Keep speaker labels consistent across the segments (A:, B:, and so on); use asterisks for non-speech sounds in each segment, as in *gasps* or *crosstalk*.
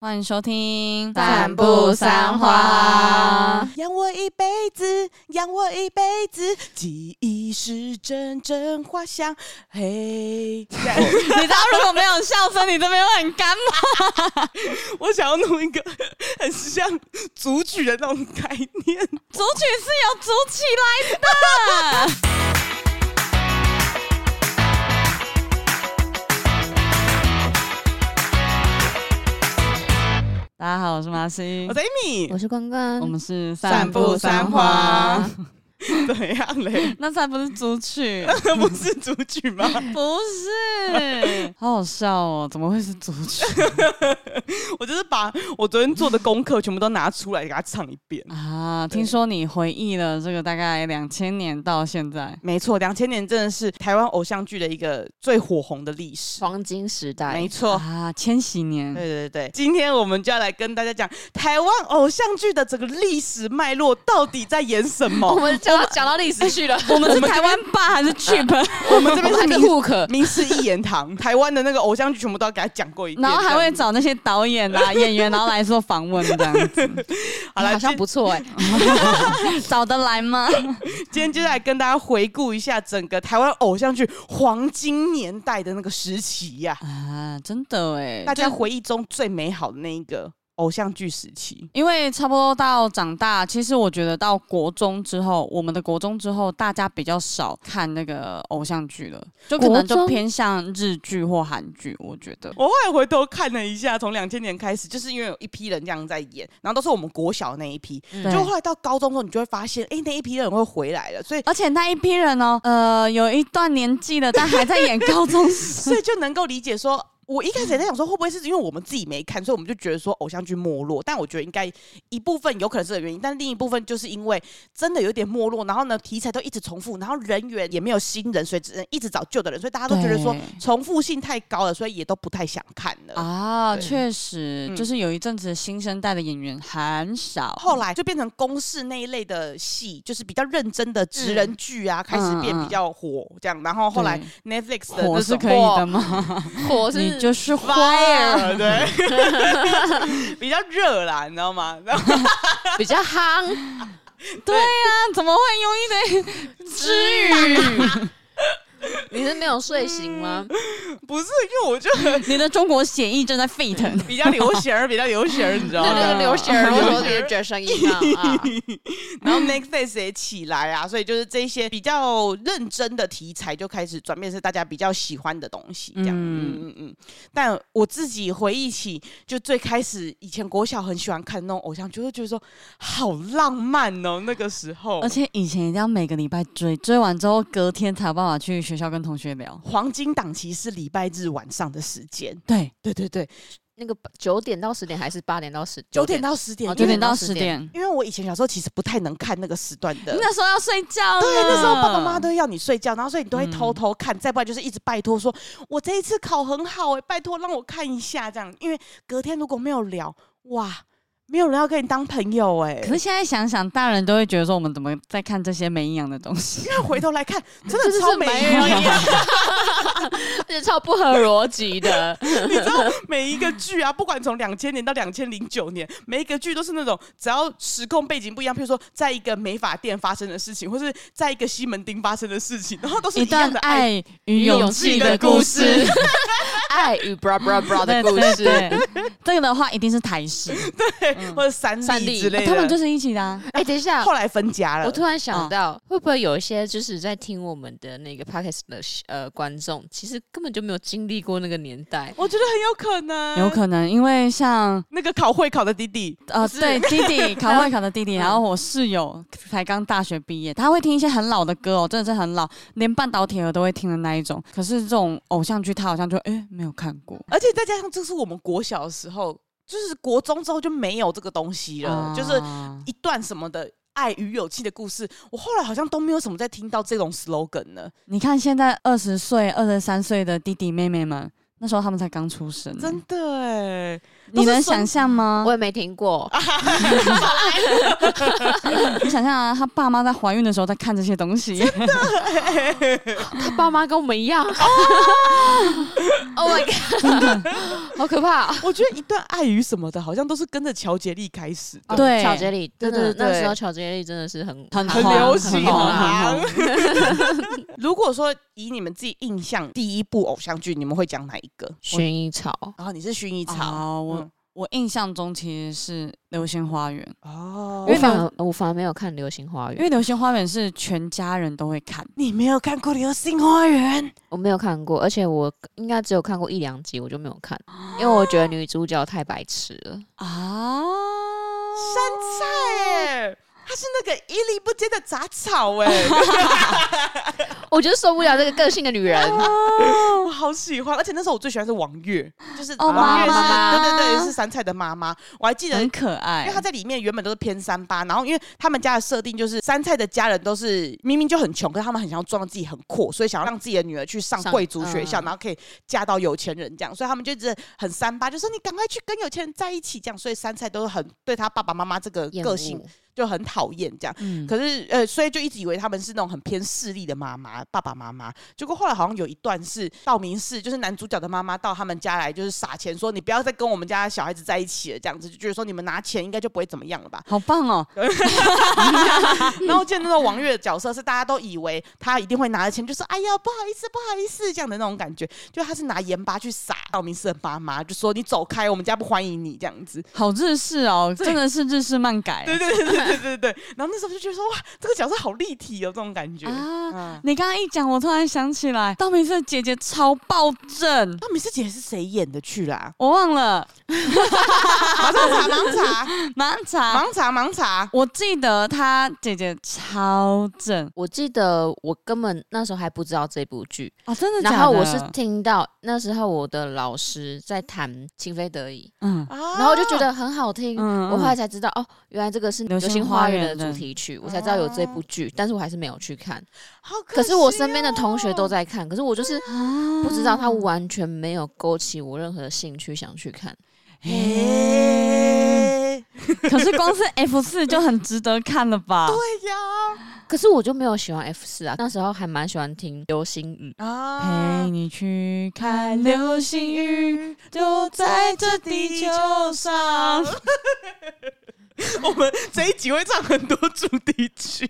A: 欢迎收听《
B: 散步三花》。
C: 养我一辈子，养我一辈子，记忆是阵阵花香。嘿，
A: *laughs* 你知道如果没有笑声，你这边会很干吗？
C: *laughs* 我想要弄一个很像组曲的那种概念。 *laughs*
A: 组曲是有组起来的。大家好，我是马西
C: 我，是 Amy，
B: 我是关关，
A: 我们是
C: 散步三花
A: 散步三。
C: *laughs* 怎样嘞？
A: 那才不是组
C: *laughs*
A: 曲，
C: 这不是组曲吗？
A: 不是，好好笑哦！怎么会是组曲
C: 我就是把我昨天做的功课全部都拿出来给他唱一遍。
A: 啊？听说你回忆了这个大概两千年到现在，
C: *laughs* 没错，两千年真的是台湾偶像剧的一个最火红的历史。
B: 黄金时代
C: 没，错，
A: 啊，千禧年，
C: 哦对对对，今天我们就要来跟大家讲台湾偶像剧的整个历史脉络到底在演什
B: 我
C: 么。
B: 们就要讲到历史去了。
C: 哎
B: *laughs*
A: 我们是台湾霸还是 cheap？
C: *laughs* 我们这边
B: 我们还
C: 是
B: 是
C: 民
B: hook，
C: 民视一言 *laughs* 堂，台湾的那个偶像剧全部都要给他讲过一遍，
A: 然后还会
C: 这样
A: 找那些导演啊、演员，然后来做访问这样子，
C: *laughs* 好了，
B: 好像
C: 今
B: 不错哎。
A: 找得来吗？
C: 今天就来跟大家回顾一下整个台湾偶像剧黄金年代的那个时期呀、
A: 啊，真的哎，
C: 大家
A: 就
C: 回忆中最美好的那一个偶像剧时期。
A: 因为差不多到长大，其实我觉得到国中之后，我们的国中之后，大家比较少看那个偶像剧了，就可能
B: 国
A: 就
B: 中
A: 偏向日剧或韩剧。我觉得
C: 我后来回头看了一下，从两千年开始，就是因为有一批人这样在演，然后都是我们国小那一批，
B: 嗯
A: 对
C: 就后来到高中之后，你就会发现，哎、那一批人会回来了，所以
A: 而且那一批人哦，呃，有一段年纪了，但还在演高中生
C: *laughs* 所以就能够理解说。我一开始也在想说，会不会是因为我们自己没看，所以我们就觉得说偶像剧没落？但我觉得应该一部分有可能是这个原因，但另一部分就是因为真的有点没落，然后呢题材都一直重复，然后人员也没有新人，所以只能一直找旧的人，所以大家都觉得说
A: 对
C: 重复性太高了，所以也都不太想看了。
A: 啊，
C: 对
A: 确实，
C: 嗯
A: 就是有一阵子新生代的演员很少。
C: 后来就变成公式那一类的戏，就是比较认真的职人剧啊，开始变
A: 嗯嗯
C: 比较火这样。然后后来
A: 对
C: Netflix 的
A: 火
C: 那
A: 是
C: 种
A: 可以的吗？
B: 火
A: 你
B: 是
A: 就是花啊呀，
C: *laughs* fire 对，比较热啦，你知道吗？ *laughs* 然后
B: 比较夯，
A: *laughs* 对呀、怎么会用一堆
B: 之 *laughs* 语。你是没有睡醒吗？
C: 不是因为我觉得
A: 你的中国血液正在沸腾？
C: 比较流行儿，比较流行儿，你知道
B: 那那
C: 吗？
B: 个刘雪儿，我说你的绝声音啊
C: *laughs*
B: 啊！
C: 然后 Netflix 也起来啊，所以就是这些比较认真的题材就开始转变是大家比较喜欢的东西，这样。
A: 嗯
C: 嗯嗯嗯。但我自己回忆起，就最开始以前国小很喜欢看那种偶像剧，就会觉得说好浪漫哦，那个时候
A: *laughs* 而。且以前一定要每个礼拜追，追完之后隔天才有办法去学校跟同学聊。
C: 黄金档期是礼拜日晚上的时间，
A: 对，
C: 对对对，
B: 那个九点到十点还是八点到十？
C: 九点到十点，
B: 哦
A: 九
C: 因为
A: 点
B: 点
A: 到
B: 到
A: 十
B: 10
A: 点，
C: 因为我以前小时候其实不太能看那个时段的。
A: 那时候要睡觉。
C: 对，那时候爸爸妈妈。都会要你睡觉，然后所以你都会偷偷看，再不然就是一直拜托说，我这一次考很好哎、拜托让我看一下这样，因为隔天如果没有聊，哇，没有人要跟你当朋友哎、
A: 可是现在想想，大人都会觉得说，我们怎么在看这些没营养的东西？
C: *laughs* 现在回头来看，真
B: 这
C: 的
B: 是
C: 超没啊
B: 没有
C: 营养
B: 而
C: *laughs*
B: *laughs* 且超不合逻辑的。
C: 你知道每一个剧啊，不管从两千年到两千零九年，每一个剧都是那种只要时空背景不一样，譬如说在一个美发店发生的事情，或是在一个西门町发生的事情，然后都是
A: 一
C: 样
A: 段
C: 的爱。
A: 爱与勇气的故事。， *laughs*
B: 爱与 bra bra bra 的故
A: 对
B: 事。
A: 对对这个的话一定是台式，哦
C: 对，
A: 嗯
C: 或者三
B: 三
C: 立
B: 立
C: 之类的，
A: 他们就是一起的、啊。
B: 哎，等一下，
C: 后来分家了。
B: 我突然想到，会不会有一些就是在听我们的那个 podcast 的呃观众，其实根本就没有经历过那个年代，
C: 我觉得很有可能，
A: 有可能因为像
C: 那个考会考的弟弟，
A: 呃，
C: 是
A: 对，弟弟考会考的弟弟，
B: 嗯
A: 然后我室友才刚大学毕业，他会听一些很老的歌哦，真的是很老，连半岛铁盒都会听的那一种。可是这种偶像剧，他好像就哎、没有看过，
C: 而且再加上这是我们国小的时候，就是国中之后就没有这个东西了，
A: 啊
C: 就是一段什么的。爱与勇气的故事，我后来好像都没有什么在听到这种 slogan 了，
A: 你看现在二嗯十岁、二十三岁的弟弟妹妹们，那时候他们才刚出生、欸
C: 真的哎、
A: 你能
C: 什么
A: 想象吗
B: 我？也没听过，
A: 你想象啊，他爸妈在怀孕的时候在看这些东西，
B: 啊他爸妈跟我们一 *laughs* 样。oh my god，好可怕、
C: 我觉得一段爱与什么的，好像都是跟着乔杰利开始
B: 啊哦
C: 的。
A: 对
B: 乔杰里真的
C: 对对对
B: 那时候乔杰里真的是很
A: 很
C: *laughs* 很
A: 红
C: 流行
A: 很红
C: 啊
A: 很红。
C: *laughs* 如果说以你们自己印象第一部偶像剧，你们会讲哪一个？
B: 薰衣草，
C: 然后你是薰衣草
A: 好，哦我
C: 嗯
A: 我印象中其实是《流星花园》，因
B: 我
C: 哦
A: 为
B: 反而我反而没有看《流星花园
A: 因》，为《流星花园》是全家人都会看。
C: 你没有看过《流星花园》，
B: 我没有看过，而且我应该只有看过一两集，我就没有看，因为我觉得女主角太白痴了。
A: 啊，
C: 山菜欸，它是那个一粒不接的杂草哎、
B: *laughs*
C: *laughs*
B: 我就是受不了这个个性的女人。
C: 我好喜欢，而且那时候我最喜欢是王月，就是
A: 哦
C: 王月是、
B: 妈妈
C: 对对对，是山菜的妈妈。我还记得，
A: 欸很
C: 因
A: 可爱
C: 为她。在里面原本都是偏三八，然后因为他们家的设定就是山菜的家人都是明明就很穷，可是他们很想要装自己很阔，所以想要让自己的女儿去上
B: 上
C: 贵族学校，
B: 嗯
C: 然后可以嫁到有钱人这样，所以他们就一直很三八，就说你赶快去跟有钱人在一起这样，所以山菜都很对他爸爸妈妈这个
B: 厌
C: 个
B: 恶
C: 性就很讨厌这样。
A: 嗯，
C: 可是呃，所以就一直以为他们是那种很偏势利的妈妈、爸爸妈妈。结果后来好像有一段是道明寺，就是男主角的妈妈到他们家来，就是撒钱说你不要再跟我们家小孩子在一起了，这样子就觉得说你们拿钱应该就不会怎么样了
A: *laughs*
C: 吧。
A: 好棒哦！
C: 然后见那个王月的角色是大家都以为他一定会拿着钱，就说哎呀不好意思不好意思这样的那种感觉，就他是拿盐巴去撒道明寺的妈妈，就说你走开，我们家不欢迎你这样子。
A: 好日式哦，真的是日式漫改
C: 对对对对对对对。然后那时候就觉得说哇，这个角色好立体哦，这种感觉。
A: 啊！
C: 嗯
A: 你刚刚一讲，我突然想起来，道明寺的姐姐超暴政，
C: 道明寺啊姐是谁演的去啦？
A: 我忘了，
C: 盲查盲查
A: 马上查。
C: 盲查盲查，
A: 我记得她姐姐超正
B: 我记得我根本那时候还不知道这部剧，
A: 啊，真的假的？
B: 然后我是听到那时候我的老师在谈《情非得已
A: 嗯，
C: 然
B: 然后我就觉得很好听。
A: 嗯
B: 我后来才知道哦，原来这个是《
A: 流
B: 流
A: 星
B: 星花
A: 花
B: 园
A: 园》
B: 的
A: 的
B: 主题曲，我才知道有这
A: 啊
B: 部剧，但是我还是没有去看。
C: 好
B: 可是
C: 惜
B: 我身边的
C: 哦
B: 同学都在看，可是我就是
A: 啊
B: 不知道，它完全没有勾起我任何兴趣想去看。
A: 嘿
C: 嘿
A: 可是 *laughs* 光是 F 四就很值得看了吧？
C: 对呀
B: 可是我就没有喜欢 F 四啊，那时候还蛮喜欢听流星
A: *laughs*
B: 雨。
C: 啊
A: 陪你去看流星雨，就在这地球上。
C: 我们这一集会唱很多主题曲，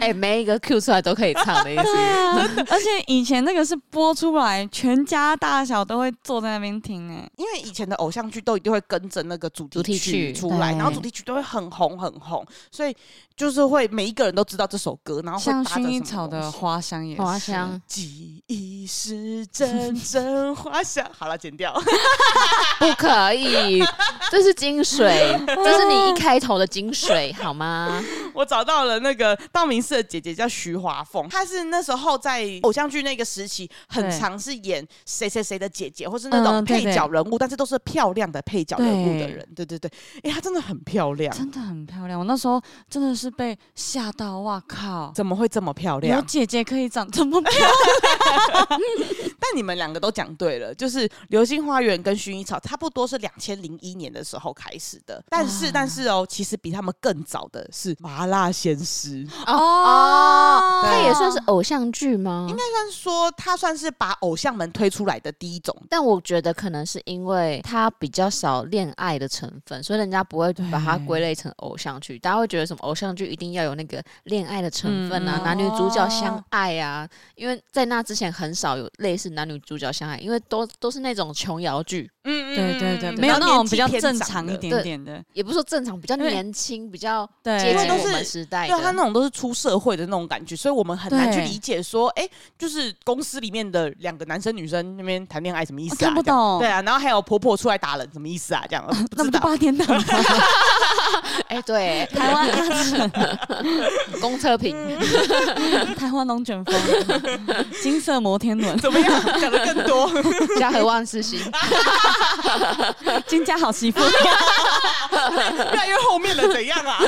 B: 哎、每一个 Q 出来都可以唱的意
A: *laughs* *laughs*
B: 思。
A: 对啊，而且以前那个是播出来，全家大小都会坐在那边听、哎，
C: 因为以前的偶像剧都一定会跟着那个主
B: 主
C: 题
B: 题
C: 曲
B: 曲
C: 出来，
B: 对
C: 然后主题曲都会很红很红，所以就是会每一个人都知道这首歌，然后会
A: 像
C: 搭着
A: 薰衣
C: 什么
A: 草
C: 东
A: 的
C: 西
A: 花香也是
B: 花香，
C: 记忆是阵阵花香， *laughs* 好了，剪掉。
B: *laughs* 不可以，这是精髓，这是你一开头的精髓，好吗？
C: 我找到了那个道明寺的姐姐叫徐华凤，她是那时候在偶像剧那个时期，很
A: 对
C: 常是演谁谁谁的姐姐，或是那
A: 嗯
C: 种
A: 对
C: 配
A: 对
C: 角人物，但是都是漂亮的配角人物的
A: 对
C: 人。对对对，哎、她真的很漂亮，
A: 真的很漂亮。我那时候真的是被吓到，哇靠！
C: 怎么会这么漂
A: 有
C: 亮？
A: 姐姐可以长这么漂亮，
C: 但你们两个都讲对了，就是《流星花园》跟《薰衣草》差不多是两千零一年的时候开始的，但是
A: 哇
C: 但是哦，其实比他们更早的是《麻辣
A: *gasps*
C: 鲜师》。
A: 哦
B: 它
C: 对啊
B: 也算是偶像剧吗？应该，
C: 但说他算是把偶像们推出来的第一种。
B: 但我觉得可能是因为它比较少恋爱的成分，所以人家不会把它
A: 对
B: 归类成偶像剧。大家会觉得什么偶像剧一定要有那个恋爱的成分啊
A: 嗯，
B: 男女主角相
C: 哦
B: 爱啊，因为在那之前很少有类似男女主角相爱，因为都都是那种琼瑶剧。
C: 嗯
A: 对对对，没有那种比较正常一。点
B: 对
A: 点的，
B: 也不是说正常，比较
A: 因为
B: 年轻，比较
A: 对，哦
B: 接
C: 因为
B: 近
C: 都
B: 我
C: 是
B: 们时代
C: 对
B: 的。
C: 他那种都是出社会的那种感觉，所以我们很难去
A: 对
C: 理解说，哎、就是公司里面的两个男生女生那边谈恋爱什么意
A: 我
C: 思啊？
A: 看不
C: 这样。
A: 懂，
C: 对，啊，然后还有婆婆出来打人，什么意思啊？这样不
A: 那不
C: 知
A: 就
C: 道。
A: 八点档吗？
B: 哎、对，
A: 台湾阿成
B: 公车
C: 嗯
B: 品，
A: *laughs* 台湾龙
C: *laughs*
A: 卷风，金色摩天轮，
C: 怎么样？讲的更多。
B: 家和万事 *laughs* 兴。
A: 金家好媳妇，
C: 越来越后面了，怎样啊？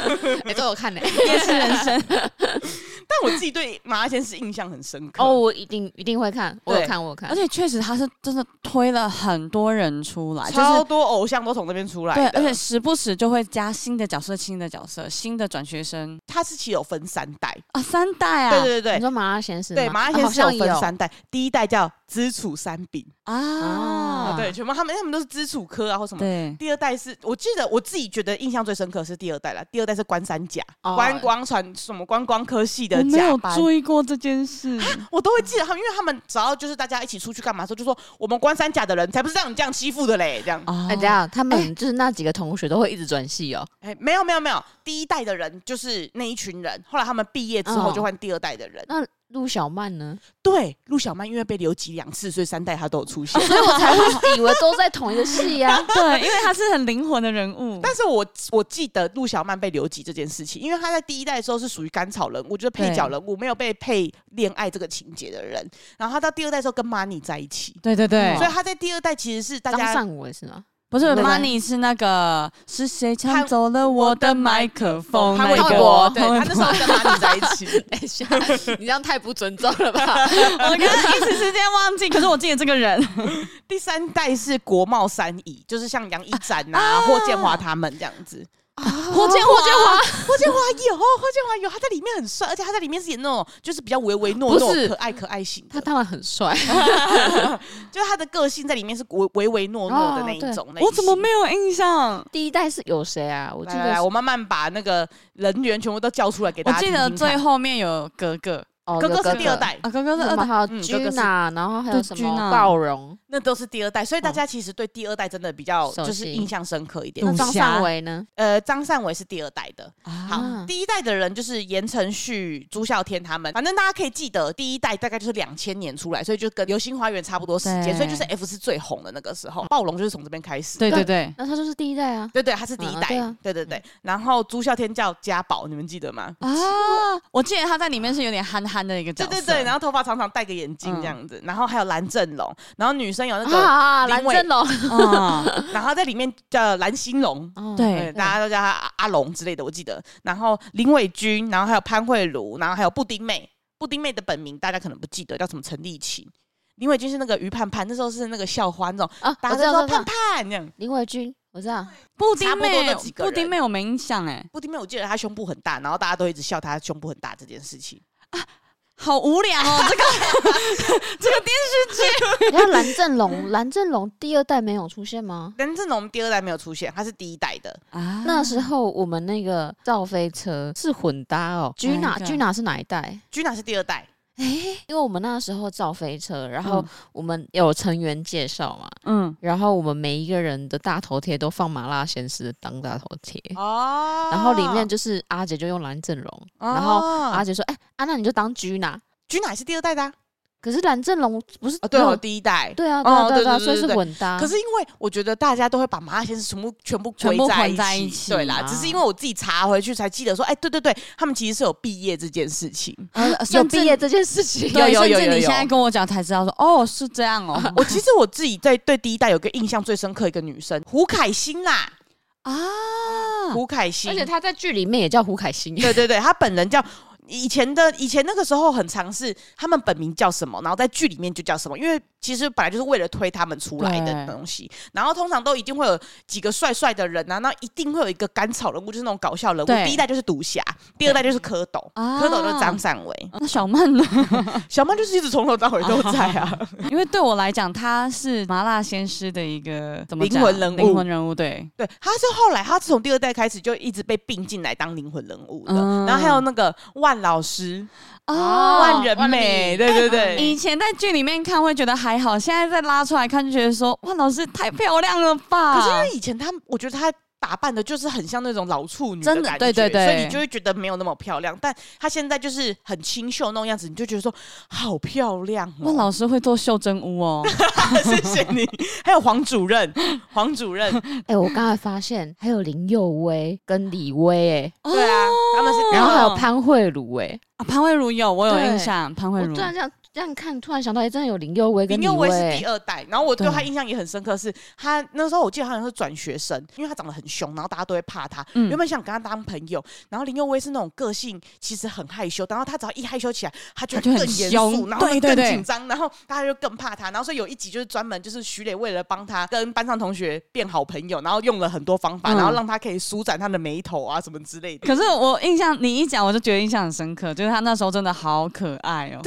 B: 哎、都有看呢、
A: 夜市人生，
C: 但但我自己对麻辣鲜师印象很深刻。
B: 哦，我一定一定会看，我有
C: 对
B: 看，我有看
A: 而。且确实他是真的推了很多人出来，就
C: 超
A: 是。
C: 多偶像都从那边出来
A: 对，
C: 的，
A: 而且时不时就会加新的角色、新的角色、新的转学生
C: 他是其实有分三代，
A: 啊，三代啊，
C: 对对对
B: 你
C: 对
B: 说麻辣鲜师吗？
C: 对，麻辣
B: 啊
C: 鲜
B: 好
C: 师
B: 像
C: 有分
B: 有
C: 三代，第一代叫知楚三饼，
A: 啊，
B: 啊
C: 哦对，全部他们他们都是知楚科啊或什么。
A: 对，
C: 第二代是我记得我自己觉得印象最深刻是第二代了，第二代是关山甲，
B: 哦
C: 观光船什么观光科系的
A: 我没
C: 甲
A: 有
C: 班。
A: 注意过这件事，
C: 我都会记得他们，因为他们只要就是大家一起出去干嘛的时候，就说我们关山甲的人才不是让你这样欺负的嘞，这样。
A: 啊
B: 哎，等一下他们就是那几个同学都会一直转系哦。
C: 哎、没有没有没有，第一代的人就是那一群人，后来他们毕业之后
B: 哦
C: 就换第二代的人。
A: 嗯
B: 那陆小曼呢？
C: 对，陆小曼因为被留级两次，所以三代她都有出现。
B: 所以我才会以为都在同一个系啊呀。
A: 对，因为他是很灵魂的人物，
C: 但是我我记得陆小曼被留级这件事情，因为她在第一代的时候是属于甘草人物，就是配角人物，没有被配恋爱这个情节的人。然后她到第二代的时候跟 Money 在一起，
A: 对对对，
C: 所以她在第二代其实是大
B: 张
C: 家
B: 善文是吗？
A: 不是
B: 对对
A: Money 是那个是谁抢
C: 韩
A: 走了我的麦克风？
C: 潘
A: 那
C: 玮
A: 个
C: 柏，对
A: 潘玮
C: 她那时候跟 Money 在一 *laughs* 起。
B: 等一下，你这样太不尊重了 *laughs* 吧？
A: 柏 *laughs* 我刚刚一时之间忘记，可是我记得这个人
C: 第三代是国贸三乙，就是像杨一展呐、啊、霍建华他们这样子。
A: 霍建华，
C: 霍建华有，霍建华有，他在里面很帅，而且他在里面是演那种就是比较唯唯诺诺
B: 不、是
C: 可爱可爱型
B: *laughs* 他
C: 的，
B: 当然很帅，
C: *laughs* 就是他的个性在里面是唯唯唯诺诺的那一种类
A: 哦
C: 型。
A: 我怎么没有印象？
B: 第一代是有谁啊？我记
C: 来来
B: 得
C: 来，
B: 是
C: 我慢慢把那个人员全部都叫出来给
A: 我
C: 大家
A: 记
C: 听
A: 得
C: 听
A: 最
C: 看
A: 后面有格格
B: 哦
C: 哥
B: 有
C: 哥是第二代，
A: 啊，格格是
B: 什
A: 二
B: 么
A: 代，
B: 还有
C: 嗯
B: Gina，然后还有
A: 对
B: 什
A: Gina
B: 么鲍荣？
C: 那都是第二代，所以大家其实对第二代真的比较
B: 熟悉
C: 就是印象深刻一点
B: 那
A: 哦嗯。
B: 张善维呢？
C: 呃，张善伟是第二代的，好
A: 啊，
B: 啊，
C: 第一代的人就是言承旭、朱孝天他们，反正大家可以记得，第一代大概就是两千年出来，所以就跟《流星花园》差不多时间，
A: 对嗯
C: 所以就是 F 是最红的那个时候，暴龙就是从这边开始。
A: 对对对，
B: 那他就是第一代啊。
C: 对对，他是第一代，
B: 嗯对啊
C: 对对对。然后朱孝天叫家宝，你们记得吗？
A: 啊，我记得他在里面是有点憨憨的一个角
C: 对
A: 色，
C: 对对，然后头发长长，戴个眼镜这样子，然后还有蓝正龙，然后女生有那个，
B: 嗯啊，
C: 林
B: 蓝
C: 伟
B: 正龙，
C: *laughs*
A: 啊，
C: 然后在里面叫蓝心龙，
B: *laughs* 哦
A: 对
C: 对，大家都叫他阿阿龙之类的，我记得。然后林伟君，然后还有潘慧茹，然后还有布丁妹。布丁妹的本名大家可能不记得，叫什么陈丽琴。林伟君是那个于盼盼，那时候是那个校花那种，
B: 啊，
C: 大
B: 我
C: 家
B: 知道，
C: 都说
B: 我知道
C: 盼盼这样。
B: 林伟君，我知 *laughs* 道，
A: 布丁
C: 差不多
A: 妹
C: 那几，个
A: 布
C: 人
A: 丁妹我没印象哎，
C: 布丁妹我记得她胸部很大，然后大家都一直笑她胸部很大这件事情。
A: 好无聊哦，这个这个电
B: 你看蓝正龙，蓝正龙第二代没有出现吗？
C: 蓝正龙第二代没有出现，他是第一代的。
A: *laughs* 啊
B: 那时候我们那个造飞车是混搭哦
A: 哪
B: ，Gina
A: 一个
B: Gina 是哪一代？
C: Gina 是第二代，
B: 因为我们那时候造飞车，然后
A: 嗯
B: 我们有成员介绍嘛，
A: 嗯，
B: 然后我们每一个人的大头贴都放麻辣鲜师当大头贴，
C: 哦
B: 然后里面就是阿姐就用蓝正龙，然后阿
C: 啊
B: 姐说：“哎、安娜你就当 Gina。
C: ，Gina 也是第二代的啊，
B: 可是蓝正龙不是
C: 哦对
B: 没
C: 哦，
B: 有
C: 第一代。
B: 对啊，对啊，
C: 哦
B: 对啊，对啊，
C: 对对对
B: 所以是
C: 对对
B: 混搭。
C: 可是因为我觉得大家都会把麻辣鲜师全部全部
A: 全
C: 归
A: 部
C: 在
A: 混在一起
C: 对啦。
B: 嘛
C: 只是因为我自己查回去才记得说，哎，对对对，他们其实是有毕业这件事情。
A: 呃
B: 有
A: 甚至
B: 毕业这件事情， *laughs*
A: 对，
C: 有有有
A: 甚至
C: 有
A: 你
C: 有
A: 现在跟我讲才知道说，哦，是这样哦，
C: *laughs* 我其实我自己在对第一代有个印象最深刻一个女生，胡凯欣啦，
A: 啊，
C: 胡凯欣
B: 而，且他在剧里面也叫胡凯 *laughs* 欣。
C: 对对对，她本人叫。以前的以前那个时候很常是他们本名叫什么，然后在剧里面就叫什么，因为其实本来就是为了推他们出来的
A: 对
C: 东西。然后通常都一定会有几个帅帅的人啊，那一定会有一个甘草人物，就是那种搞笑人物
A: 对。
C: 第一代就是毒侠，第二代就是蝌蚪，
A: 啊
C: 蝌蚪就是张善伟，
A: 那小曼呢？ *laughs*
C: 小曼就是一直从头到尾都在 *laughs* 啊。
A: 因为对我来讲，她是麻辣鲜师的一个怎么
C: 灵
A: 讲
C: 魂人物
A: 灵魂人物对，
C: 对，他是后来，他是从第二代开始就一直被并进来当灵魂人物的。
A: 嗯
C: 然后还有那个万老师，
A: 哦，
C: 万人美，对对对。
A: 以前在剧里面看会觉得还好，现在再拉出来看就觉得说，哇，老师太漂亮了吧？
C: 可是因为以前他，我觉得他打扮的就是很像那种老处女
A: 真的
C: 感觉，
A: 对对对
C: 所以你就会觉得没有那么漂亮。但他现在就是很清秀那种样子，你就觉得说好漂亮
A: 哇，
C: 哦。
A: 老师会做袖珍屋
C: *laughs*
A: 哦，
C: 谢谢你。还有黄主任，黄主
A: *laughs*
C: 任，
B: 哎、我刚才发现还有林佑威跟李威、哎，
C: 对啊，他们是
B: 然后还有
A: 哦
B: 潘慧茹，哎，
A: 啊潘慧茹有，我有
B: 对
A: 印象，潘慧
B: 我
A: 茹
B: 突然这样这样看，突然想到，哎、真的有林佑威跟
C: 林佑
B: 威哎
C: 威是第二代，然后我对
B: 对
C: 他印象也很深刻是，他那时候我记得他好像是转学生，因为他长得很凶，然后大家都会怕他。
A: 嗯
C: 原本想跟他当朋友，然后林佑威是那种个性其实很害羞，然后他只要一害羞起来，他就
A: 他就
C: 会
A: 很
C: 更严肃，
A: 凶
C: 然后
A: 对
C: 更
A: 对对
C: 紧张，然后大家就更怕他。然后所以有一集就是专门就是徐磊为了帮他跟班上同学变好朋友，然后用了很多方法，
A: 嗯
C: 然后让他可以舒展他的眉头啊什么之
A: *laughs*
C: 类的。
A: 可是我印象，你一讲我就觉得印象很深刻，就是他那时候真的好可爱哦、
C: *laughs*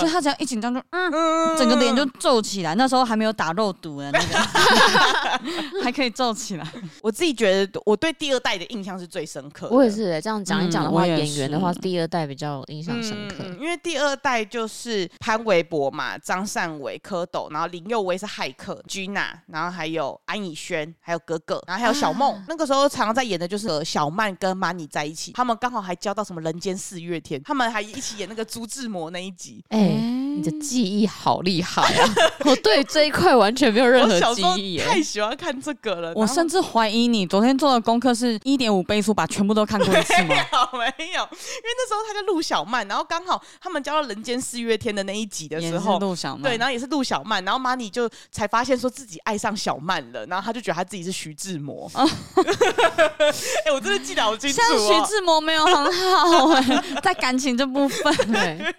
A: 就他只要一紧张就嗯，
C: 嗯
A: 整个脸就皱起来。那时候还没有打肉毒的那个，
C: *laughs*
A: 还可以皱起来。
C: 我自己觉得我对第二代的印象是最深刻的。
B: 我也是、哎这样讲一讲的
A: 嗯
B: 话，
A: 我也
B: 演员的话，
A: 是
B: 第二代比较印象深刻。
C: 嗯嗯因为第二代就是潘玮柏嘛、张善伟、蝌蚪，然后林佑威是骇客、Gina，然后还有安以轩，还有哥哥，然后还有小梦。那个时候常常在演的就是小曼跟 Money 在一起，他们刚好还交到什么《人间四月天》，他们还一起演那个朱志摩那一集。
B: 哎、
A: 嗯
B: 你的记忆好厉害啊！我对这一块完全没有任
C: 我
B: 何
C: 小
B: 记
C: 时候
B: 忆、哎
C: 太喜欢看这个了，
A: 我甚
C: 至
A: 至怀疑你昨天做的功课是一点五倍速把全部都看过一次
C: *laughs*
A: 吗？
C: 没有没有，因为那时候他叫陆小曼，然后刚好他们交到《人间四月天》的那一集的
A: 也
C: 时
A: 是
C: 候，
A: 陆小曼，
C: 对，然后也是陆小曼，然后马尼就才发现说自己爱上小曼了，然后他就觉得他自己是徐志摩。 *laughs* 哎、我真的记得好清楚、
A: 像徐
C: 哦。
A: 志摩没有很好、
C: *laughs*
A: 欸，在感情这部分，
B: 对，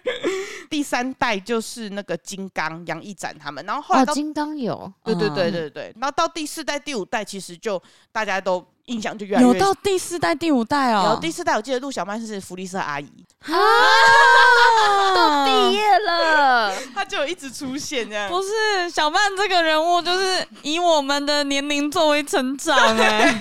C: 第三代就是那个金刚杨一展他们，然后后来
B: 哦，
C: 到、
B: 金刚有，
C: 对对对
A: 嗯
C: 对对，然后到第四代、第五代，其实就大家都印象就越来
A: 有
C: 越。
A: 到第四代、第五代
C: 然
A: 哦、
C: 后第四代，我记得陆小曼是福利社阿姨，
A: 啊，
B: 毕业了，
C: 她就有一直出现这样。
A: 不是小曼这个人物，就是以我们的年龄作为成长哎、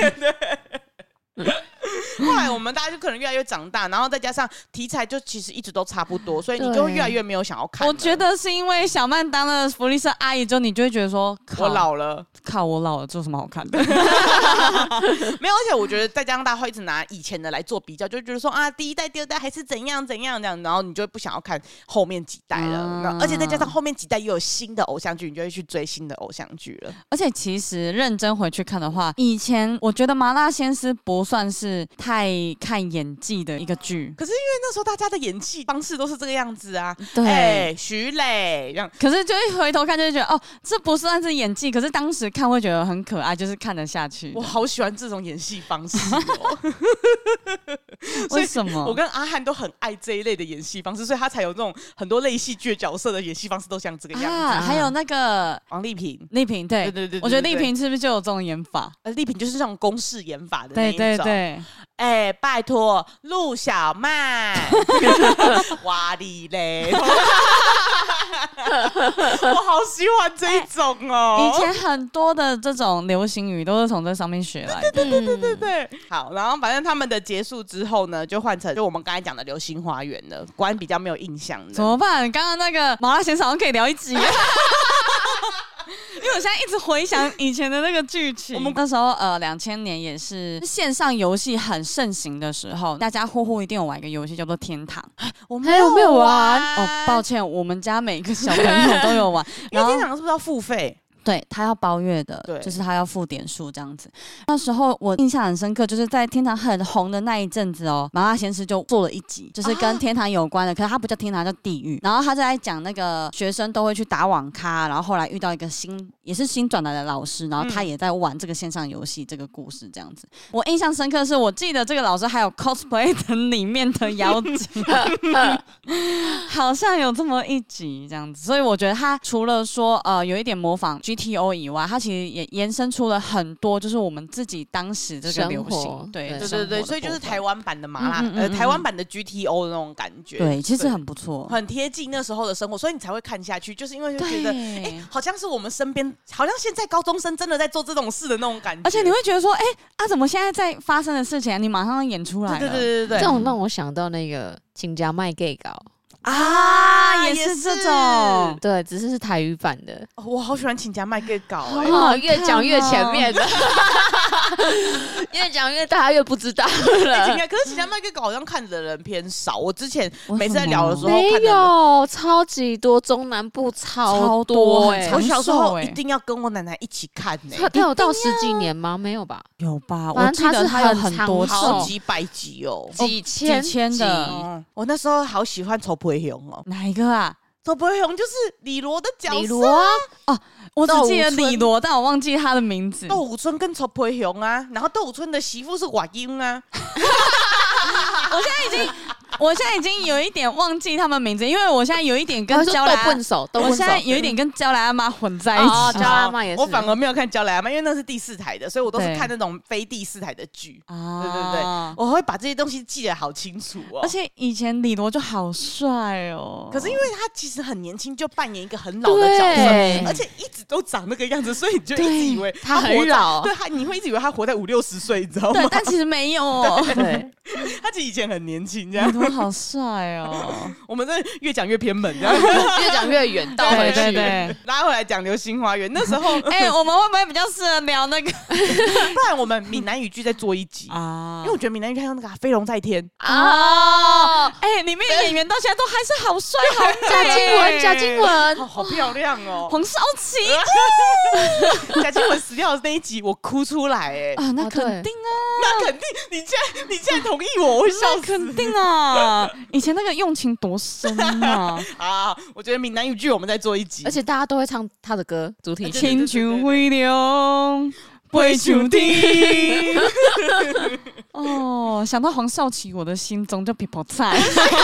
C: *laughs* 后来我们大家就可能越来越长大，然后再加上题材就其实一直都差不多，所以你就会
B: 对
C: 越来越没有想要看了。
A: 我觉得是因为小曼当了福利社阿姨之后，你就会觉得说，靠
C: 我老了。
A: 靠，我老了，这有什么好看的？ *laughs*
C: *laughs* 没有，而且我觉得再加上大家会一直拿以前的来做比较，就觉得说啊，第一代、第二代还是怎样怎样这样，然后你就会不想要看后面几代了。
A: 嗯
C: 那、而且再加上后面几代又有新的偶像剧，你就会去追新的偶像剧了。
A: 而且其实认真回去看的话，以前我觉得《麻辣鲜师》不算是太看演技的一个剧，
C: 因为那时候大家的演技方式都是这个样子啊，
A: 对。
C: 哎、徐磊这样。
A: 可是就一回头看，就会觉得哦，这不算是演技，可是当时看会觉得很可爱，就是看得下去 *laughs* 的。
C: 我好喜欢这种演戏方式 *laughs* 哦、所以
A: 为什么？
C: 我跟阿汉都很爱这一类的演戏方式，所以他才有这种很多类戏剧的角色的演戏方式都像这个样子。
A: 啊，还有那个
C: 王丽萍，
A: 丽萍，
C: 对
A: 对，
C: 对对对
A: 我觉得
C: 对
A: 丽萍是不是就有这种演法？
C: 呃，丽萍就是那种公式演法的那
A: 对
C: 一种。
A: 对对，
C: 哎、拜托，陆小 *laughs* 曼，哇你嘞！ *laughs* 我好喜欢这一种哦、
A: 以前很多的这种流行语都是从这上面学来的。
B: 对对对对对，
C: 对，好，然后反正他们的结束之后呢，就换成就我们刚才讲的《流星花园》了，关比较没有印象
A: 怎
C: 的。
A: 么办？刚刚那个麻辣鲜师好像可以聊一集。 *laughs* 因为我现在一直回想以前的那个剧情，我们那时候呃，两千年也是线上游戏很盛行的时候，大家户户一定有玩一个游戏叫做《天堂》。
C: 我
B: 还有没有玩
A: 哦，抱歉，我们家每个小朋友都有玩，
C: 因
A: 然
C: 为
A: 后
C: 天堂是不是要付费？
A: 对他要包月的，
C: 对
A: 就是他要付点数这样子。那时候我印象很深刻，就是在天堂很红的那一阵子哦，麻辣鲜师就做了一集，就是
C: 啊
A: 跟天堂有关的，可是它不叫天堂，叫地狱。然后他就在讲那个学生都会去打网咖，然后后来遇到一个新也是新转来的老师，然后他
C: 嗯
A: 也在玩这个线上游戏这个故事这样子。我印象深刻是我记得这个老师还有 cosplay 成里面的妖精。 *laughs* 好像有这么一集这样子，所以我觉得他除了说呃有一点模仿 GTO 以外，他其实也延伸出了很多，就是我们自己当时这个
B: 生
A: 流
B: 活
A: 行，对
B: 对
C: 对
A: 生
C: 对
A: 活
C: 对，
A: 的
C: 所以就是
A: 部分
C: 台湾版的麻辣，
A: 嗯嗯嗯
C: 呃，
A: 嗯
C: 台湾版的 GTO 的那种感觉。
A: 对，其实很不错，
C: 很贴近那时候的生活，所以你才会看下去，就是因为就觉得
A: 对。
C: 好像是我们身边，好像现在高中生真的在做这种事的那种感觉。
A: 而且你会觉得说，哎、啊，怎么现在在发生的事情、啊，你马上要演出来了？
C: 对对对对
B: 这
C: 对
B: 种让我想到那个请假卖 gay 稿，
A: 啊，也是这种，
B: 对，只是是台语版的，
C: 哦我好喜欢请假卖 gay 搞哎、
A: 好
B: 哦，
A: 看
B: 越讲越
A: 哦
B: 前面的， *laughs* 越讲越大家越不知道
C: *laughs* 欸，请
B: 了。
C: 假，可是请假卖 gay 搞好像看的人偏少。我之前
A: 为
C: 每次
A: 什
C: 在聊的时
A: 么
C: 候
B: 没
C: 看的人。
B: 有，超级多，中南部超
A: 超多
B: 哎、
A: 很
C: 我
A: 长
C: 小时候
A: 寿欸
C: 一定要跟我奶奶一起看呢、
B: 他他有到十几年吗？没有吧？
A: 有吧？我
B: 反
A: 记得
B: 正它是
A: 他有
B: 很
A: 很多
B: 长寿
C: 好
A: 集，
C: 几百集哦。
A: 哦
B: 几千
A: 几千的
B: 集
C: 哦，我那时候好喜欢丑婆辉雄哦，
A: 哪一个啊？
C: 周伯雄就是李罗的角色，
B: 李罗啊，
A: 我只记得
B: 窦武
A: 李
B: 春
A: 罗，但我忘记他的名字。
C: 窦武春跟周伯雄啊，然后窦武春的媳妇是婉英啊，
A: 我现在已经有一点忘记他们名字，因为我现在有一点跟
B: 我说
A: 娇
B: 豆
A: 兰阿，
B: 笨手，豆
A: 我
B: 笨
A: 现
B: 手。
A: 在有一点跟娇兰阿妈混在一起。
B: 哦，焦阿妈也是，
C: 我反而没有看《娇兰阿妈》，因为那是第四台的，所以我都是
A: 对
C: 看那种非第四台的剧，
A: 啊
C: 哦对对对我会把这些东西记得好清楚哦。
A: 而且以前李罗就好帅哦，
C: 可是因为他其实很年轻就扮演一个很老的角
B: 对
C: 色，而且一直都长那个样子，所以你就一直以为
B: 他
C: 活
B: 很
C: 在
B: 老
C: 对他你会一直以为他活在五六十岁，你知道吗
A: 对，？但其实没有哦，
B: 对，
C: 他其实以前很年轻，
A: 李 *laughs*
C: 这样
A: 罗好帅哦，
C: 我们这越讲越偏门，这样
A: *laughs*
B: *laughs* 越讲越远，倒回
A: 对对
B: 去。
A: 对。
C: 拉回来讲《流星花园》那
A: *laughs*
C: 时候，
A: 哎、我们会不会比较适合聊那个
C: 不然我们闽南语剧再做一集，
A: *laughs* 啊
C: 因为我觉得闽南语看到那个啊飞龙在天，
B: 啊，
A: 哎、里面的演员到现在都还是好帅，好美
B: 贾静雯，贾静
A: 啊
C: 哦，
B: 雯，
C: 好漂亮
A: *laughs*
C: 哦！
A: 黄少奇
C: 贾静雯死掉的那一集，我哭出来哎，
A: *laughs* 啊，那
B: 哦
A: 肯
B: 对
A: 定啊，
C: 那肯定你竟然你竟然同意我，我会笑
A: 那
C: 死
A: 肯定啊，以前那个用情多深啊，
C: 啊！我觉得闽南语剧我们再做一集，
B: 而且大家都会唱他的歌主题曲。
A: 青春飞流。会注定哦，想到黄少奇，我的心中就皮泡菜。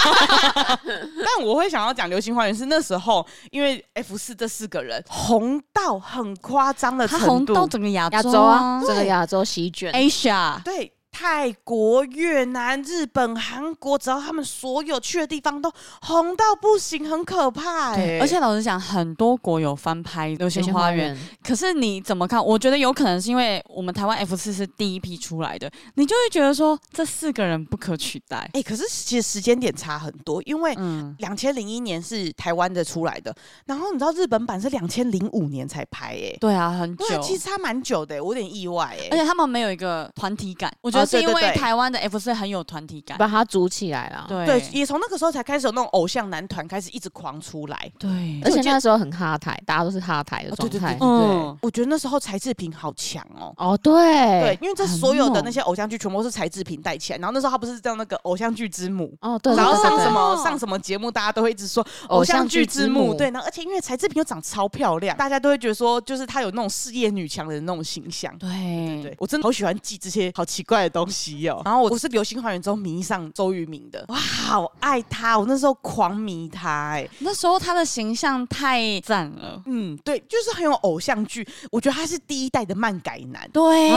C: *laughs* 但我会想要讲《流星花园》是那时候，因为 F 四这四个人红到很夸张的
A: 他红
C: 程度，
A: 到整个亚
B: 亚
A: 洲
B: 洲啊，哎
A: 啊
B: 整个亚洲席卷。
A: ，Asia，
C: 对泰国、越南、日本、韩国，只要他们所有去的地方都红到不行，很可怕、欸。
A: 对，而且老实讲，很多国有翻拍《流
B: 流
A: 星
B: 星
A: 花
B: 花
A: 园》，
B: 园，
A: 可是你怎么看？我觉得有可能是因为我们台湾 F 四是第一批出来的，你就会觉得说这四个人不可取代。
C: 哎、可是其实时间点差很多，因为
A: 嗯，
C: 两千零一年是台湾的出来的，然后你知道日本版是两千零五年才拍、欸，哎，
A: 对啊，很久
C: 对啊，。其实差蛮久的、欸我有点意外、欸，
A: 而且他们没有一个团体感，我觉得
C: 哦
A: 是
C: 对
A: 因
C: 对
A: 为
C: 对
A: 台湾的 F 四很有团体感。
B: 把它组起来了。
A: 对
C: 对，也从那个时候才开始有那种偶像男团开始一直狂出来。
A: 对
B: 而且
C: 我记得
B: 那时候很哈台，大家都是哈台的
C: 哦
B: 状
C: 对对
B: 态。
C: 对
A: 嗯，
C: 我觉得那时候柴智屏好强哦。
B: 哦，对
C: 对，，因为这
A: 很
C: 所有的
A: 猛
C: 那些偶像剧全部都是柴智屏带起来，然后那时候她不是叫那个偶像剧之母，
B: 哦对，
C: 然后
B: 对对
C: 上
B: 对
C: 什么
A: 对
C: 上什么节目，大家都会一直说
B: 偶像剧之
C: 之
B: 母
C: 对，然后而且因为柴智屏又长超漂亮，大家都会觉得说，就是她有那种事业女强人的那种形象。
A: 对
B: 嗯
C: 对，我真的好喜欢记这些好奇怪的东西哦。然后我我是《流星花园》之后迷上周渝民的，哇，好爱他，我那时候狂迷他哎、
A: 那时候他的形象太赞了。
C: 嗯，对，就是很有偶像剧，我觉得他是第一代的漫改男，
A: 对，